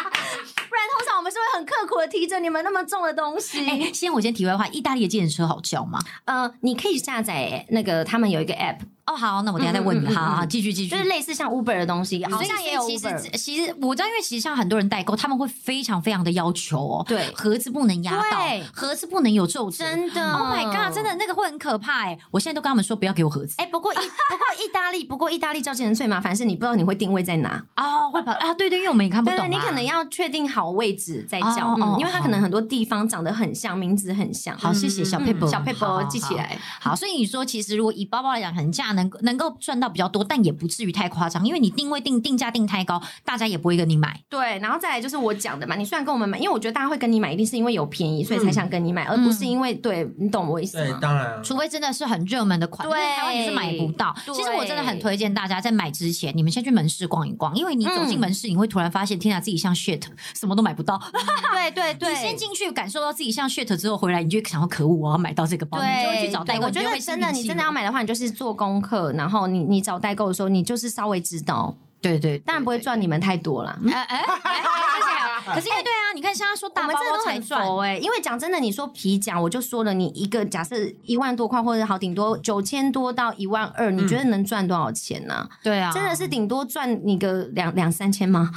Speaker 1: 不然通常我们是会很刻苦的提着你们那么重的东西。
Speaker 3: 哎、先我先题外话，意大利的计程车好叫吗？
Speaker 1: 呃，你可以下载那个他们有一个 app，
Speaker 3: 哦，好，那我等一下再问你。
Speaker 1: 嗯嗯嗯嗯
Speaker 3: 好好，好继续继续
Speaker 1: 就是。类似像 Uber 的东西，
Speaker 3: 嗯
Speaker 1: 好像也有
Speaker 3: 所以所以
Speaker 1: Uber。
Speaker 3: 其实其实我知道，因为其实像很多人代购，他们会非常非常的要求哦，
Speaker 1: 对
Speaker 3: 盒子不能压到
Speaker 1: 对，
Speaker 3: 盒子不能有皱褶。
Speaker 1: 真的
Speaker 3: Oh my god！真的那个会很可怕哎、我现在都跟他们说不要给我盒子
Speaker 1: 哎、不过意 [laughs] 不过意大利，不过意大利叫计程最麻烦是你不知道你会定位在哪，
Speaker 3: 哦，会跑啊，对对，因为我们也看不懂、
Speaker 1: 对
Speaker 3: 啊，
Speaker 1: 对，你可能要确定好位置再叫，
Speaker 3: 哦哦
Speaker 1: 嗯，因为它
Speaker 3: 哦
Speaker 1: 可能很多地方长得很像，名字很像。
Speaker 3: 好，谢谢小佩
Speaker 1: 嗯
Speaker 3: 宝、
Speaker 1: 小佩
Speaker 3: 好
Speaker 1: 伯记起。
Speaker 3: 好好
Speaker 1: 来。
Speaker 3: 好，所以你说，其实如果以包包来讲，可能价能能够赚到比较多，但也不至于太夸张，因为你定位定定价定太高，大家也不会跟你买。
Speaker 1: 对，然后再来就是我讲的嘛，你虽然跟我们买，因为我觉得大家会跟你买，一定是因为有便宜，所
Speaker 3: 嗯
Speaker 1: 以才想跟你买，而不是因为对你懂我意思
Speaker 2: 对，
Speaker 1: 吗？
Speaker 2: 当然啊，
Speaker 3: 除非真的是很热门的款，因
Speaker 1: 对
Speaker 3: 为台湾你是买不到。
Speaker 1: 对
Speaker 3: 其实我真的很推荐大家在买之前，你们先去门市逛一逛，因为你走进
Speaker 1: 嗯
Speaker 3: 门市，你会突然发现，天啊，自己像 shit，什么都买不到。
Speaker 1: [laughs] 对对
Speaker 3: 你
Speaker 1: 对，
Speaker 3: 先进去感受到自己像 shit 之后，回来你就会想到，可恶，我要买到这个包，你就会去找代购。
Speaker 1: 我觉
Speaker 3: 你就
Speaker 1: 得
Speaker 3: 会心
Speaker 1: 真
Speaker 3: 平
Speaker 1: 的，你
Speaker 3: 气
Speaker 1: 真的
Speaker 3: 和
Speaker 1: 要，买的话，你就是做功课，然后你你找代购的时候，你就是稍微知道，
Speaker 3: 对对，
Speaker 1: 当然不会赚哎你们太多啦。
Speaker 3: 哎哎哎，
Speaker 1: [laughs]
Speaker 3: 谢谢可是因为对啊，你看现在说
Speaker 1: 我
Speaker 3: 大包
Speaker 1: 们真的
Speaker 3: 包
Speaker 1: 都
Speaker 3: 才
Speaker 1: 很
Speaker 3: 赚，
Speaker 1: 佛哎、因为讲真的，你说皮夹，我就说了，你一个假设一万多块，或者好顶多九千多到一万二，你觉得能赚多少钱呢、
Speaker 3: 对嗯啊，
Speaker 1: 真的是顶多赚你个两两三千吗？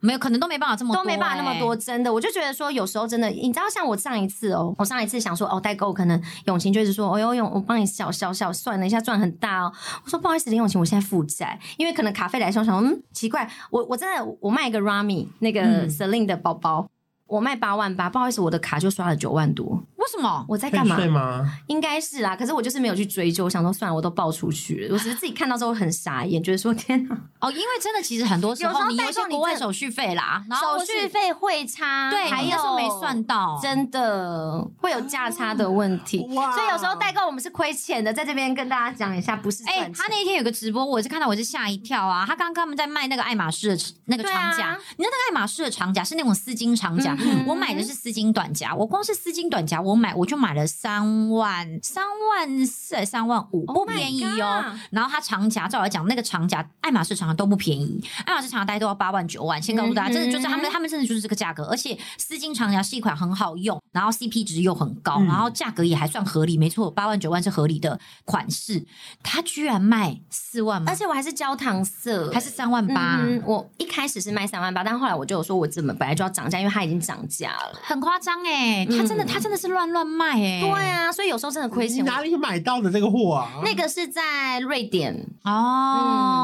Speaker 3: 没有可能都没办法这么
Speaker 1: 都没办法那么多，
Speaker 3: 欸。
Speaker 1: 真的，我就觉得说，有时候真的，你知道，像我上一次哦，我上一次想说，哦，代购可能永晴就是说，哦呦永，我帮你小小小算了一下，赚很大哦。我说不好意思，林永晴，我现在负债，因为可能卡费来说，我想嗯，奇怪，我我真的我卖一个 Rami 那个
Speaker 3: 嗯
Speaker 1: Celine 的包包。我卖八万八，不好意思，我的卡就刷了九万多，
Speaker 3: 为什么？
Speaker 1: 我在
Speaker 2: 可
Speaker 1: 干
Speaker 2: 以
Speaker 1: 嘛
Speaker 2: 睡？吗？
Speaker 1: 应该是啦，可是我就是没有去追究，我想说算了，我都爆出去了，我只是自己看到之后很傻眼，觉得说天哪，
Speaker 3: 哦，因为真的，其实很多时
Speaker 1: 有时
Speaker 3: 候
Speaker 1: 候
Speaker 3: 你
Speaker 1: 代
Speaker 3: 有一些
Speaker 1: 购你
Speaker 3: 国外
Speaker 1: 真
Speaker 3: 手续费啦，然后
Speaker 1: 手
Speaker 3: 或是
Speaker 1: 续费会差，
Speaker 3: 对，
Speaker 1: 还
Speaker 3: 你那时候
Speaker 1: 有
Speaker 3: 没算到，
Speaker 1: 真的会有价差的问题。
Speaker 2: 哇
Speaker 1: 所以有时候代购我们是亏钱的，在这边跟大家讲一下，不是
Speaker 3: 哎、
Speaker 1: 赚钱。
Speaker 3: 他那天有个直播，我是看到我是吓一跳啊！他刚刚他们在卖那个爱马仕的那个
Speaker 1: 对
Speaker 3: 长
Speaker 1: 啊
Speaker 3: 夹，你知道那个爱马仕的长夹是那种丝巾长夹，
Speaker 1: 嗯哼
Speaker 3: 我买的是丝巾短夹，我光是丝巾短夹，我买我就买了三万三万四三万五，不
Speaker 1: Oh my
Speaker 3: 便宜
Speaker 1: God
Speaker 3: 哦。然后它长夹，照我来讲，那个长夹爱马仕长夹都不便宜，爱马仕长夹大概都要八万九万。先告诉大家，
Speaker 1: 嗯哼
Speaker 3: 真的就是他们他们真的就是这个价格，而且丝巾长夹是一款很好用，然后 CP 值又很高，
Speaker 2: 嗯
Speaker 3: 然后价格也还算合理，没错，八万九万是合理的款式，它居然卖四万吗
Speaker 1: 而？且我还是焦糖色，
Speaker 3: 还是三万八、
Speaker 1: 嗯我一开始是卖三万八，但后来我就有说，我怎么本来就要涨价，因为它已经涨价了。
Speaker 3: 很夸张哎，它真的、
Speaker 1: 嗯
Speaker 3: 它真的是乱乱卖哎、
Speaker 1: 对啊，所以有时候真的亏
Speaker 2: 你
Speaker 1: 钱。
Speaker 2: 哪里买到的这个货啊？
Speaker 1: 那个是在瑞典，嗯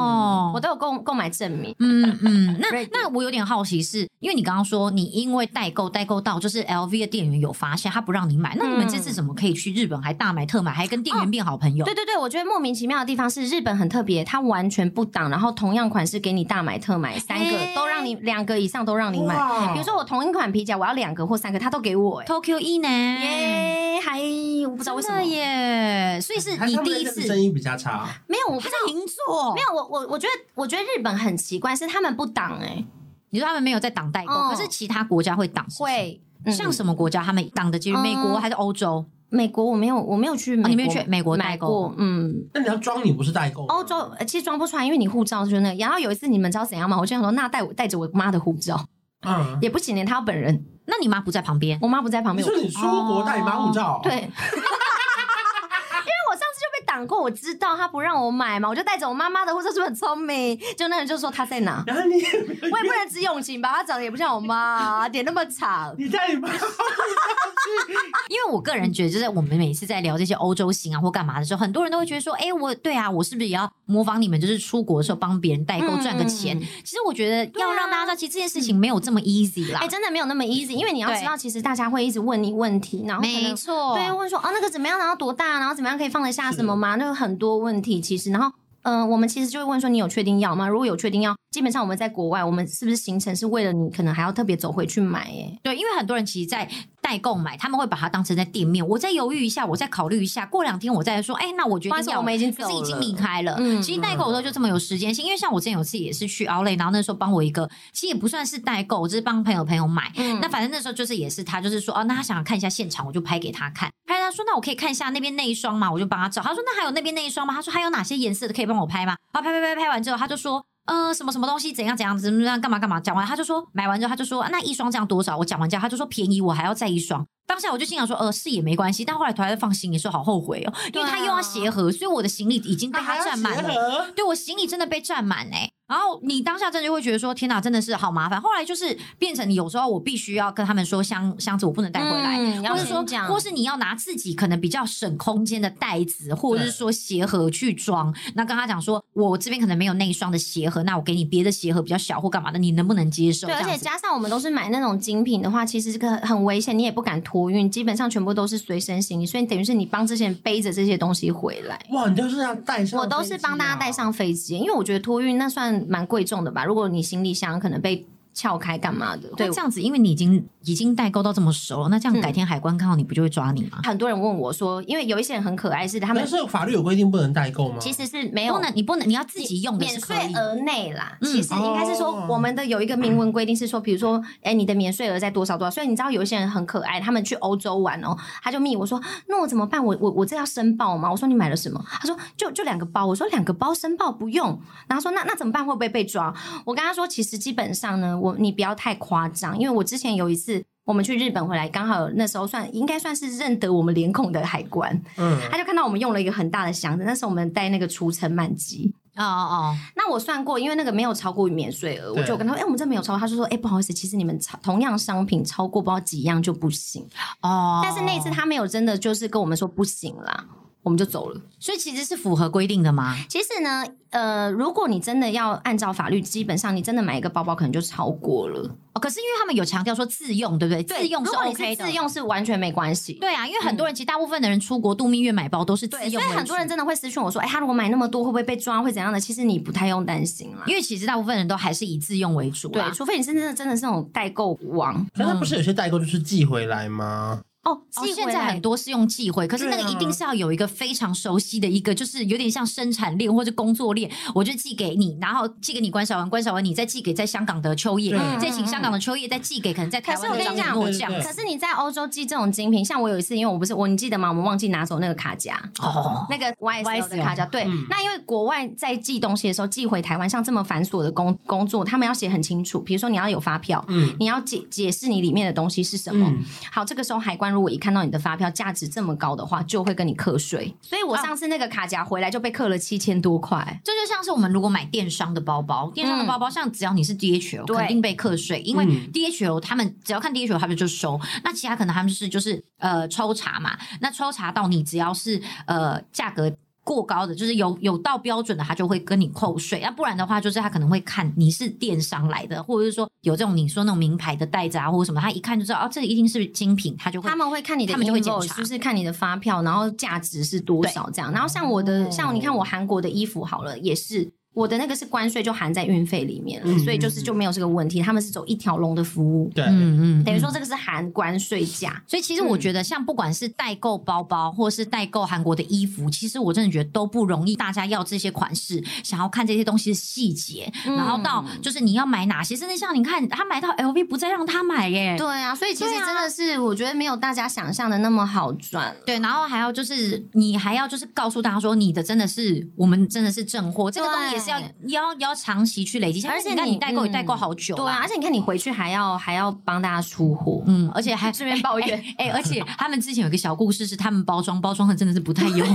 Speaker 3: 哦，
Speaker 1: 我都有购购买证明。
Speaker 3: 嗯嗯，那
Speaker 1: 瑞典
Speaker 3: 那我有点好奇是，因为你刚刚说你因为代购代购到就是 LV 的店员有发现他不让你买，那你们
Speaker 1: 嗯
Speaker 3: 这次怎么可以去日本还大买特买，还跟店员变好朋友？
Speaker 1: 对对对，我觉得莫名其妙的地方是日本很特别，它完全不挡，然后同样款式给你大买特买三个，
Speaker 3: 哎
Speaker 1: 都让你两个以上都让你买。
Speaker 3: 嗯
Speaker 2: 哇
Speaker 1: 比如说我同一款皮夹，我要两个或三个，他都给我、欸。
Speaker 3: Tokyo E 呢？
Speaker 1: 耶，还我不
Speaker 3: 不
Speaker 1: 知道为什么，
Speaker 3: 耶，所以是
Speaker 2: 还
Speaker 3: 你
Speaker 2: 是他们
Speaker 3: 第一
Speaker 2: 那边
Speaker 3: 次
Speaker 2: 生意比较差，
Speaker 1: 没有，我
Speaker 3: 他
Speaker 1: 不
Speaker 3: 在银座，
Speaker 1: 没有，我我我觉得我觉得日本很奇怪，是他们不挡哎、欸
Speaker 3: 你说他们没有在挡代购，
Speaker 1: 嗯
Speaker 3: 可是其他国哦家会挡，是不是。
Speaker 1: 会、嗯
Speaker 3: 像什么国家他们挡的？其实
Speaker 1: 嗯
Speaker 3: 美国还是欧洲？
Speaker 1: 美国我没有我没有去美国、
Speaker 3: 哦你没有去美国代
Speaker 1: 买
Speaker 3: 购
Speaker 1: 过，嗯，
Speaker 2: 那你要装你不是代购吗，
Speaker 1: 欧洲呃其实装不出来，因为你护照就是那个。然后有一次你们知道怎样吗？我就想说，那带我带着我妈的护照
Speaker 2: 嗯，
Speaker 1: 也不行，连她本人，
Speaker 3: 那你妈不在旁边？
Speaker 1: 我妈不在旁
Speaker 2: 你
Speaker 1: 边，
Speaker 2: 说你出国带你妈护照，
Speaker 1: 哦对。因为我上次就被挡过，我知道他不让我买嘛，我就带着我妈妈的护照，是不是很聪明？就那人就说他在哪，
Speaker 2: 然后你也没有
Speaker 1: 我也不能只用情吧，他长得也不像我妈，啊脸那么长。
Speaker 2: 你带你妈护照去，
Speaker 3: 因为我个人
Speaker 1: 嗯
Speaker 3: 觉得，就是我们每次在聊这些欧洲行啊或干嘛的时候，很多人都会觉得说，
Speaker 1: 嗯
Speaker 3: 哎、我对啊，我是不是也要模仿你们，就是出国的时候帮别人代购
Speaker 1: 嗯
Speaker 3: 赚个钱？
Speaker 1: 嗯
Speaker 3: 其实我觉得
Speaker 1: 对啊
Speaker 3: 要让大家知道，其实这件事情没有这么 easy 啦。
Speaker 1: 哎、真的没有那么 easy，因为你要
Speaker 3: 对
Speaker 1: 知道，其实大家会一直问你问题，然后可
Speaker 3: 没
Speaker 1: 能
Speaker 3: 错，
Speaker 1: 对问说哦那个怎么样，然后多大，然后怎么样可以放得下什么吗？那有很多问题其实，然后。嗯、我们其实就会问说你有确定要吗？如果有确定要，基本上我们在国外，我们是不是行程是为了你，可能还要特别走回去买、欸？
Speaker 3: 对，因为很多人其实，在代购买，他们会把它当成在店面。我再犹豫一下，我再考虑一下，过两天我再说。哎，那我决
Speaker 1: 不好意
Speaker 3: 定
Speaker 1: 思
Speaker 3: 要
Speaker 1: 我们已经
Speaker 3: 可是
Speaker 1: 走
Speaker 3: 已经
Speaker 1: 了
Speaker 3: 离开了。
Speaker 1: 嗯
Speaker 3: 其实代购有时候就这么有时间性，因为像我之前有次也是去 Outlet，然后那时候帮我一个，其实也不算是代购，我只是帮朋友朋友买。
Speaker 1: 嗯
Speaker 3: 那反正那时候就是也是他，就是说哦，那他想要看一下现场，我就拍给他看。拍他说那我可以看一下那边那一双嘛，我就帮他找。他说那还有那边那一双吗？他说还有哪些颜色的可以帮我拍吗？然后拍拍拍拍完之后，他就说。呃什么什么东西怎样怎样怎么样干嘛干嘛，讲完他就说买完之后他就说、啊那一双这样多少？我讲完价他就说便宜，我还要再一双。当下我就心想说，呃，是也没关系，但后来突然放行李说好后悔哦，因
Speaker 1: 对
Speaker 3: 为
Speaker 1: 啊
Speaker 3: 他又要鞋盒，所以我的行李已经被
Speaker 2: 那还
Speaker 3: 他
Speaker 2: 要
Speaker 3: 占满
Speaker 2: 结
Speaker 3: 了。
Speaker 2: 合
Speaker 3: 对我行李真的被占满哎、然后你当下真的就会觉得说，天哪，真的是好麻烦。后来就是变成你有时候我必须要跟他们说箱箱子我不能带回来，
Speaker 1: 嗯要
Speaker 3: 或者说
Speaker 1: 先讲
Speaker 3: 或是你要拿自己可能比较省空间的袋子，或者是
Speaker 2: 对
Speaker 3: 说鞋盒去装。那跟他讲说，我这边可能没有那一双的鞋盒，那我给你别的鞋盒比较小或干嘛的，你能不能接受？
Speaker 1: 对，而
Speaker 3: 这
Speaker 1: 且
Speaker 3: 样子
Speaker 1: 加上我们都是买那种精品的话，其实这个很危险，你也不敢托运，基本上全部都是随身行李，所以等于是你帮这些人背着这些东西回来。
Speaker 2: 哇，你就是要带上、啊
Speaker 1: 我都是帮大家带。上飞机，因为我觉得托运那算蛮贵重的吧。如果你行李箱可能被撬开干嘛的，对
Speaker 3: 那这。样子，因为你已经已经代购到这么熟了，那
Speaker 1: 嗯
Speaker 3: 这样改天海关看到你不就会抓你吗？
Speaker 1: 很多人问我说，因为有一些人很可爱，是他
Speaker 2: 但
Speaker 1: 们
Speaker 2: 是法律有规定不能代购吗？
Speaker 1: 其实是没有
Speaker 3: 不能，你不能，你要自己用的
Speaker 1: 免
Speaker 3: 嗯是可
Speaker 1: 税
Speaker 3: 以。
Speaker 1: 额内啦，
Speaker 3: 嗯
Speaker 1: 其实应该是说
Speaker 2: 哦
Speaker 1: 我们的有一个明文规定是说，比如说，哎、你的免税额在多少多少，所以你知道有一些人很可爱，他们去欧洲玩哦，他就密我说，那我怎么办？我我我这要申报吗？我说你买了什么？他说就就两个包，我说两个包申报不用，然后说那那怎么办？会不会被抓？我跟他说，其实基本上呢，我你不要太夸张，因为我之前有一次。我们去日本回来，刚好那时候算应该算是认得我们脸孔的海关，
Speaker 2: 嗯，
Speaker 1: 他就看到我们用了一个很大的箱子，那时候我们带那个除尘螨机，
Speaker 3: 哦哦，
Speaker 1: 那我算过，因为那个没有超过免税额，
Speaker 2: 对
Speaker 1: 我就跟他说：“哎、我们这没有超过。”他就说：“哎、不好意思，其实你们超同样商品超过不知道几样就不行。
Speaker 3: 哦，
Speaker 1: 但是那一次他没有真的就是跟我们说不行啦，我们就走了。
Speaker 3: 所以其实是符合规定的吗？
Speaker 1: 其实呢，呃，如果你真的要按照法律，基本上你真的买一个包包可能就超过了。
Speaker 3: 哦，可是因为他们有强调说自用，对不对？自用
Speaker 1: 如
Speaker 3: 是
Speaker 1: 果你
Speaker 3: OK
Speaker 1: 是
Speaker 3: 的。
Speaker 1: 自用是完全没关系。
Speaker 3: 对啊，因为很多人、其实大部分的人出国度蜜月买包都是自
Speaker 1: 对，所
Speaker 3: 用
Speaker 1: 以
Speaker 3: 为
Speaker 1: 很多人
Speaker 3: 主。
Speaker 1: 真的会私讯我说：“哎、他如果买那么多，会不会被抓？会怎样的？”其实你不太用担心啦。
Speaker 3: 因为其实大部分人都还是以自用为主啊哦
Speaker 1: 对
Speaker 3: 啦，，
Speaker 1: 除非你是真的真的是那种代购王
Speaker 2: 可是不是有些代购就是寄回来吗？
Speaker 1: 哦，
Speaker 3: 哦
Speaker 1: 寄回
Speaker 3: 现在
Speaker 1: 来
Speaker 3: 很多是用寄回，可是那个
Speaker 2: 对啊
Speaker 3: 一定是要有一个非常熟悉的一个，就是有点像生产链或者工作链，我就寄给你，然后寄给你关晓雯，关晓雯你再寄给在香港的秋叶，
Speaker 2: 对
Speaker 3: 再请香港的秋叶再寄给可能在
Speaker 1: 嗯
Speaker 3: 台
Speaker 1: 可是
Speaker 3: 湾
Speaker 1: 我
Speaker 3: 的
Speaker 1: 跟
Speaker 3: 张
Speaker 1: 你
Speaker 3: 雨
Speaker 1: 讲嗯
Speaker 3: 诺
Speaker 2: 对
Speaker 3: 这样
Speaker 2: 对
Speaker 1: 可是你在欧洲寄这种精品，像我有一次，因为我不是我，你记得吗？我们忘记拿走那个卡夹，
Speaker 3: 哦，
Speaker 1: 那个 YSL 的
Speaker 3: YSL
Speaker 1: 卡夹。对，
Speaker 2: 嗯
Speaker 1: 那因为国外在寄东西的时候，寄回台湾，像这么繁琐的工工作，他们要写很清楚，比如说你要有发票。
Speaker 2: 嗯
Speaker 1: 你要解解释你里面的东西是什么。
Speaker 2: 嗯，
Speaker 1: 好，这个时候海关如果一看到你的发票价值这么高的话，就会跟你课税。所以我
Speaker 2: 啊
Speaker 1: 上次那个卡夹回来就被课了七千多块。
Speaker 3: 这就像是我们如果买电商的包包，电商的包包像只要你是 DHL，
Speaker 1: 嗯对
Speaker 3: 肯定被课税，因为
Speaker 2: 嗯
Speaker 3: DHL 他们只要看 DHL 他们就收，那其他可能他们是就是呃抽查嘛，那抽查到你只要是呃价格。过高的就是有有到标准的，他就会跟你扣税；那不然的话，就是他可能会看你是电商来的，或者是说有这种你说那种名牌的袋子啊，或者什么，他一看就知道哦，这个一定是精品，他就会
Speaker 1: 他们会看你的
Speaker 3: 他们就会
Speaker 1: invoice，
Speaker 3: 检查
Speaker 1: 就是看你的发票，然后价值是多少这样。然后像我的，
Speaker 3: 哦
Speaker 1: 像你看我韩国的衣服好了，也是我的那个是关税就含在运费里面了，
Speaker 2: 嗯
Speaker 1: 所以就是就没有这个问题。他们是走一条龙的服务，
Speaker 2: 对，
Speaker 3: 嗯嗯，
Speaker 1: 等于说这个是含关税价。
Speaker 3: 所以其实我
Speaker 1: 嗯
Speaker 3: 觉得，像不管是代购包包，或是代购韩国的衣服，其实我真的觉得都不容易。大家要这些款式，想要看这些东西的细节，
Speaker 1: 嗯
Speaker 3: 然后到就是你要买哪些，甚至像你看他买到 LV 不再让他买耶，
Speaker 1: 对啊，所以其实
Speaker 3: 对啊
Speaker 1: 真的是我觉得没有大家想象的那么好赚。
Speaker 3: 对，然后还要就是你还要就是告诉大家说你的真的是我们真的是正货，这个东西也是要
Speaker 1: 对
Speaker 3: 要要长期去累积，
Speaker 1: 而且
Speaker 3: 像你
Speaker 1: 你
Speaker 3: 看代购
Speaker 1: 嗯
Speaker 3: 也代购好久、
Speaker 1: 对啊，而。且你看你回去还要还要帮大家出货，
Speaker 3: 嗯，而且还
Speaker 1: 顺便抱怨 [laughs]
Speaker 3: 哎、 [laughs] 哎而且他们之前有一个小故事，是他们包装包装的真的是不太
Speaker 1: [laughs]
Speaker 3: 用，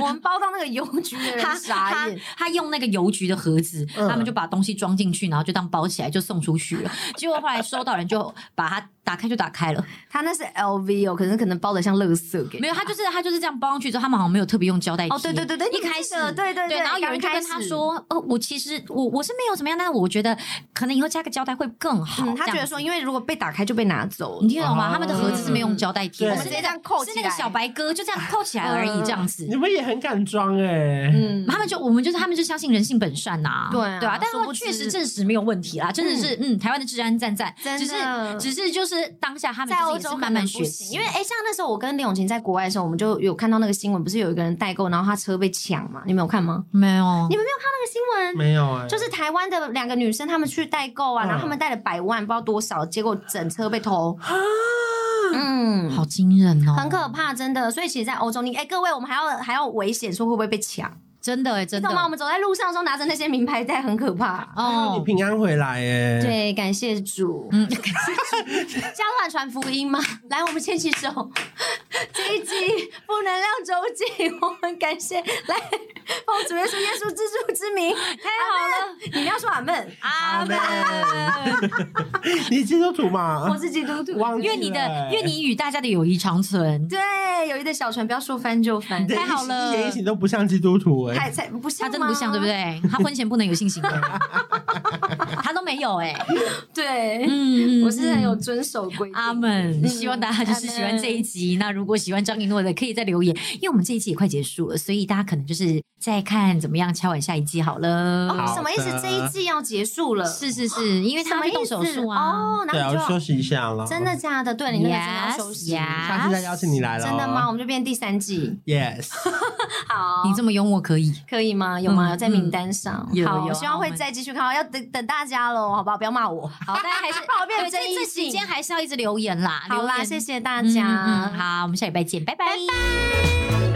Speaker 1: 我们包到那个邮局的
Speaker 3: 他
Speaker 1: 人傻
Speaker 3: 他
Speaker 1: 眼。
Speaker 3: 他用那个邮局的盒子，
Speaker 2: 嗯
Speaker 3: 他们就把东西装进去，然后就当包起来就送出去了。 [laughs] 结果后来收到人就把它打开就打开了，
Speaker 1: 他那是 LV 哦，可是可能包的像垃圾给
Speaker 3: 没有，他就是他就是这样包上去之后，他们好像没有特别用胶带贴
Speaker 1: 哦，对对对对，
Speaker 3: 一开始
Speaker 1: 你记得对对
Speaker 3: 对，然后有人就跟他，说：“呃，我其实我我是没有怎么样，但是我觉得可能以后加个胶带会更好。
Speaker 1: 刚开
Speaker 3: 这
Speaker 1: 始嗯，他
Speaker 3: 样子”
Speaker 1: 觉得说，因为如果被打开就被拿走
Speaker 3: 你
Speaker 1: 了，
Speaker 3: 听得懂吗？
Speaker 2: 哦
Speaker 3: 他们的盒子是没有用胶带贴的，
Speaker 2: 对
Speaker 3: 是
Speaker 1: 直接
Speaker 3: 那
Speaker 1: 这
Speaker 3: 个
Speaker 1: 样扣
Speaker 3: 是
Speaker 1: 起
Speaker 3: 那个
Speaker 1: 来
Speaker 3: 小白鸽就这样扣起来而已，
Speaker 1: 嗯
Speaker 3: 这样子。
Speaker 2: 你们也很敢装哎、
Speaker 1: 嗯
Speaker 3: 他们就我们就是他们就相信人性本善呐、
Speaker 1: 对啊
Speaker 3: 对啊，但
Speaker 1: 殊不
Speaker 3: 是
Speaker 1: 知
Speaker 3: 确实证实没有问题啦，真的是嗯，台湾的治安赞赞，
Speaker 1: 真
Speaker 3: 只是
Speaker 1: 的
Speaker 3: 只是就是当下他们
Speaker 1: 在
Speaker 3: 自己
Speaker 1: 欧
Speaker 3: 也
Speaker 1: 洲
Speaker 3: 是
Speaker 1: 可
Speaker 3: 慢
Speaker 1: 能
Speaker 3: 慢
Speaker 1: 不
Speaker 3: 学
Speaker 1: 行
Speaker 3: 习，
Speaker 1: 因为哎、诶像那时候我跟李永琴在国外的时候，我们就有看到那个新闻，不是有一个人代购，然后他车被抢嘛？你们有看吗？
Speaker 3: 没有
Speaker 1: 你们没有看那个新闻？
Speaker 2: 没有哎、
Speaker 1: 就是台湾的两个女生，她们去代购啊，
Speaker 2: 嗯
Speaker 1: 然后她们带了百万，不知道多少，结果整车被偷。嗯，
Speaker 3: 好惊人哦，
Speaker 1: 很可怕，真的。所以其实，在欧洲，你哎、各位，我们还要还要危险，说会不会被抢？
Speaker 3: 真的哎、真
Speaker 1: 你
Speaker 3: 的
Speaker 1: 懂吗？我们走在路上的时候拿着那些名牌袋很可怕。
Speaker 2: 你
Speaker 3: 哦。
Speaker 2: 平安回来
Speaker 3: 嗯
Speaker 2: 哎耶！，
Speaker 1: 对，感谢主。 [laughs] 嗯，感谢主。这样乱传福音吗？来，我们牵起手。这一集负能量周记，我们感谢来奉主耶稣耶稣之主之名，太好了！你们要说阿门，
Speaker 3: 阿门，
Speaker 1: [laughs]
Speaker 2: 你基督徒
Speaker 1: 我
Speaker 2: 嘛，
Speaker 1: 啊是基督徒。
Speaker 2: 忘记了欸
Speaker 3: 愿你的愿你与大家的友谊
Speaker 1: [laughs]
Speaker 3: 长存。
Speaker 1: 对，友谊的小船不要说翻就翻
Speaker 2: 你的，
Speaker 3: 太好了
Speaker 2: 一言一行都不像基督徒哎、
Speaker 1: 太才不像吗，
Speaker 3: 他真的不像，对不对？他婚前不能有性
Speaker 1: [laughs]
Speaker 3: 行为，他都没有哎、
Speaker 1: 对，
Speaker 3: 嗯，嗯
Speaker 1: 我是很有遵守规定。
Speaker 3: 阿门，
Speaker 1: 嗯
Speaker 3: 希望大家就是喜欢这一集。那如果喜欢张一诺的，可以再留言，因为我们这一集也快结束了，所以大家可能就是再看怎么样敲完下一季好了。
Speaker 2: 好
Speaker 1: 哦什么意思
Speaker 2: 的？
Speaker 1: 这一季要结束了？
Speaker 3: 是是是，因为
Speaker 1: 什
Speaker 3: 他
Speaker 1: 么
Speaker 3: 去
Speaker 1: 意
Speaker 3: 动
Speaker 1: 思？
Speaker 3: 手术啊。
Speaker 1: 哦，
Speaker 2: 对啊，
Speaker 1: 那
Speaker 2: 我
Speaker 1: 你
Speaker 2: 休
Speaker 1: 就
Speaker 2: 息一下了。
Speaker 1: 真的假的？哦对你那个真的要休息。
Speaker 3: Yes，
Speaker 2: 下次再邀请你来了。哦
Speaker 1: 真的吗？我？们就变第三季，
Speaker 2: Yes，
Speaker 1: 好，
Speaker 3: 你这么幽默可以，
Speaker 1: 可以吗？有吗？
Speaker 3: 嗯
Speaker 1: 有在名单上，
Speaker 3: 有
Speaker 1: 好，
Speaker 3: 有
Speaker 1: 希望
Speaker 3: 好
Speaker 1: 会
Speaker 3: 我们
Speaker 1: 再继续看哦到，要等等大家喽，好不好？不要骂我，
Speaker 3: 好，大家还是
Speaker 1: [laughs] 怕我变
Speaker 3: 对
Speaker 1: 争议
Speaker 3: 这这期
Speaker 1: 性
Speaker 3: 间还是要一直留言啦。
Speaker 1: 好
Speaker 3: 留
Speaker 1: 啦，
Speaker 3: 言
Speaker 1: 谢谢大
Speaker 3: 嗯嗯
Speaker 1: 家，
Speaker 3: 嗯好，我们下礼拜见，拜拜。
Speaker 1: 拜拜。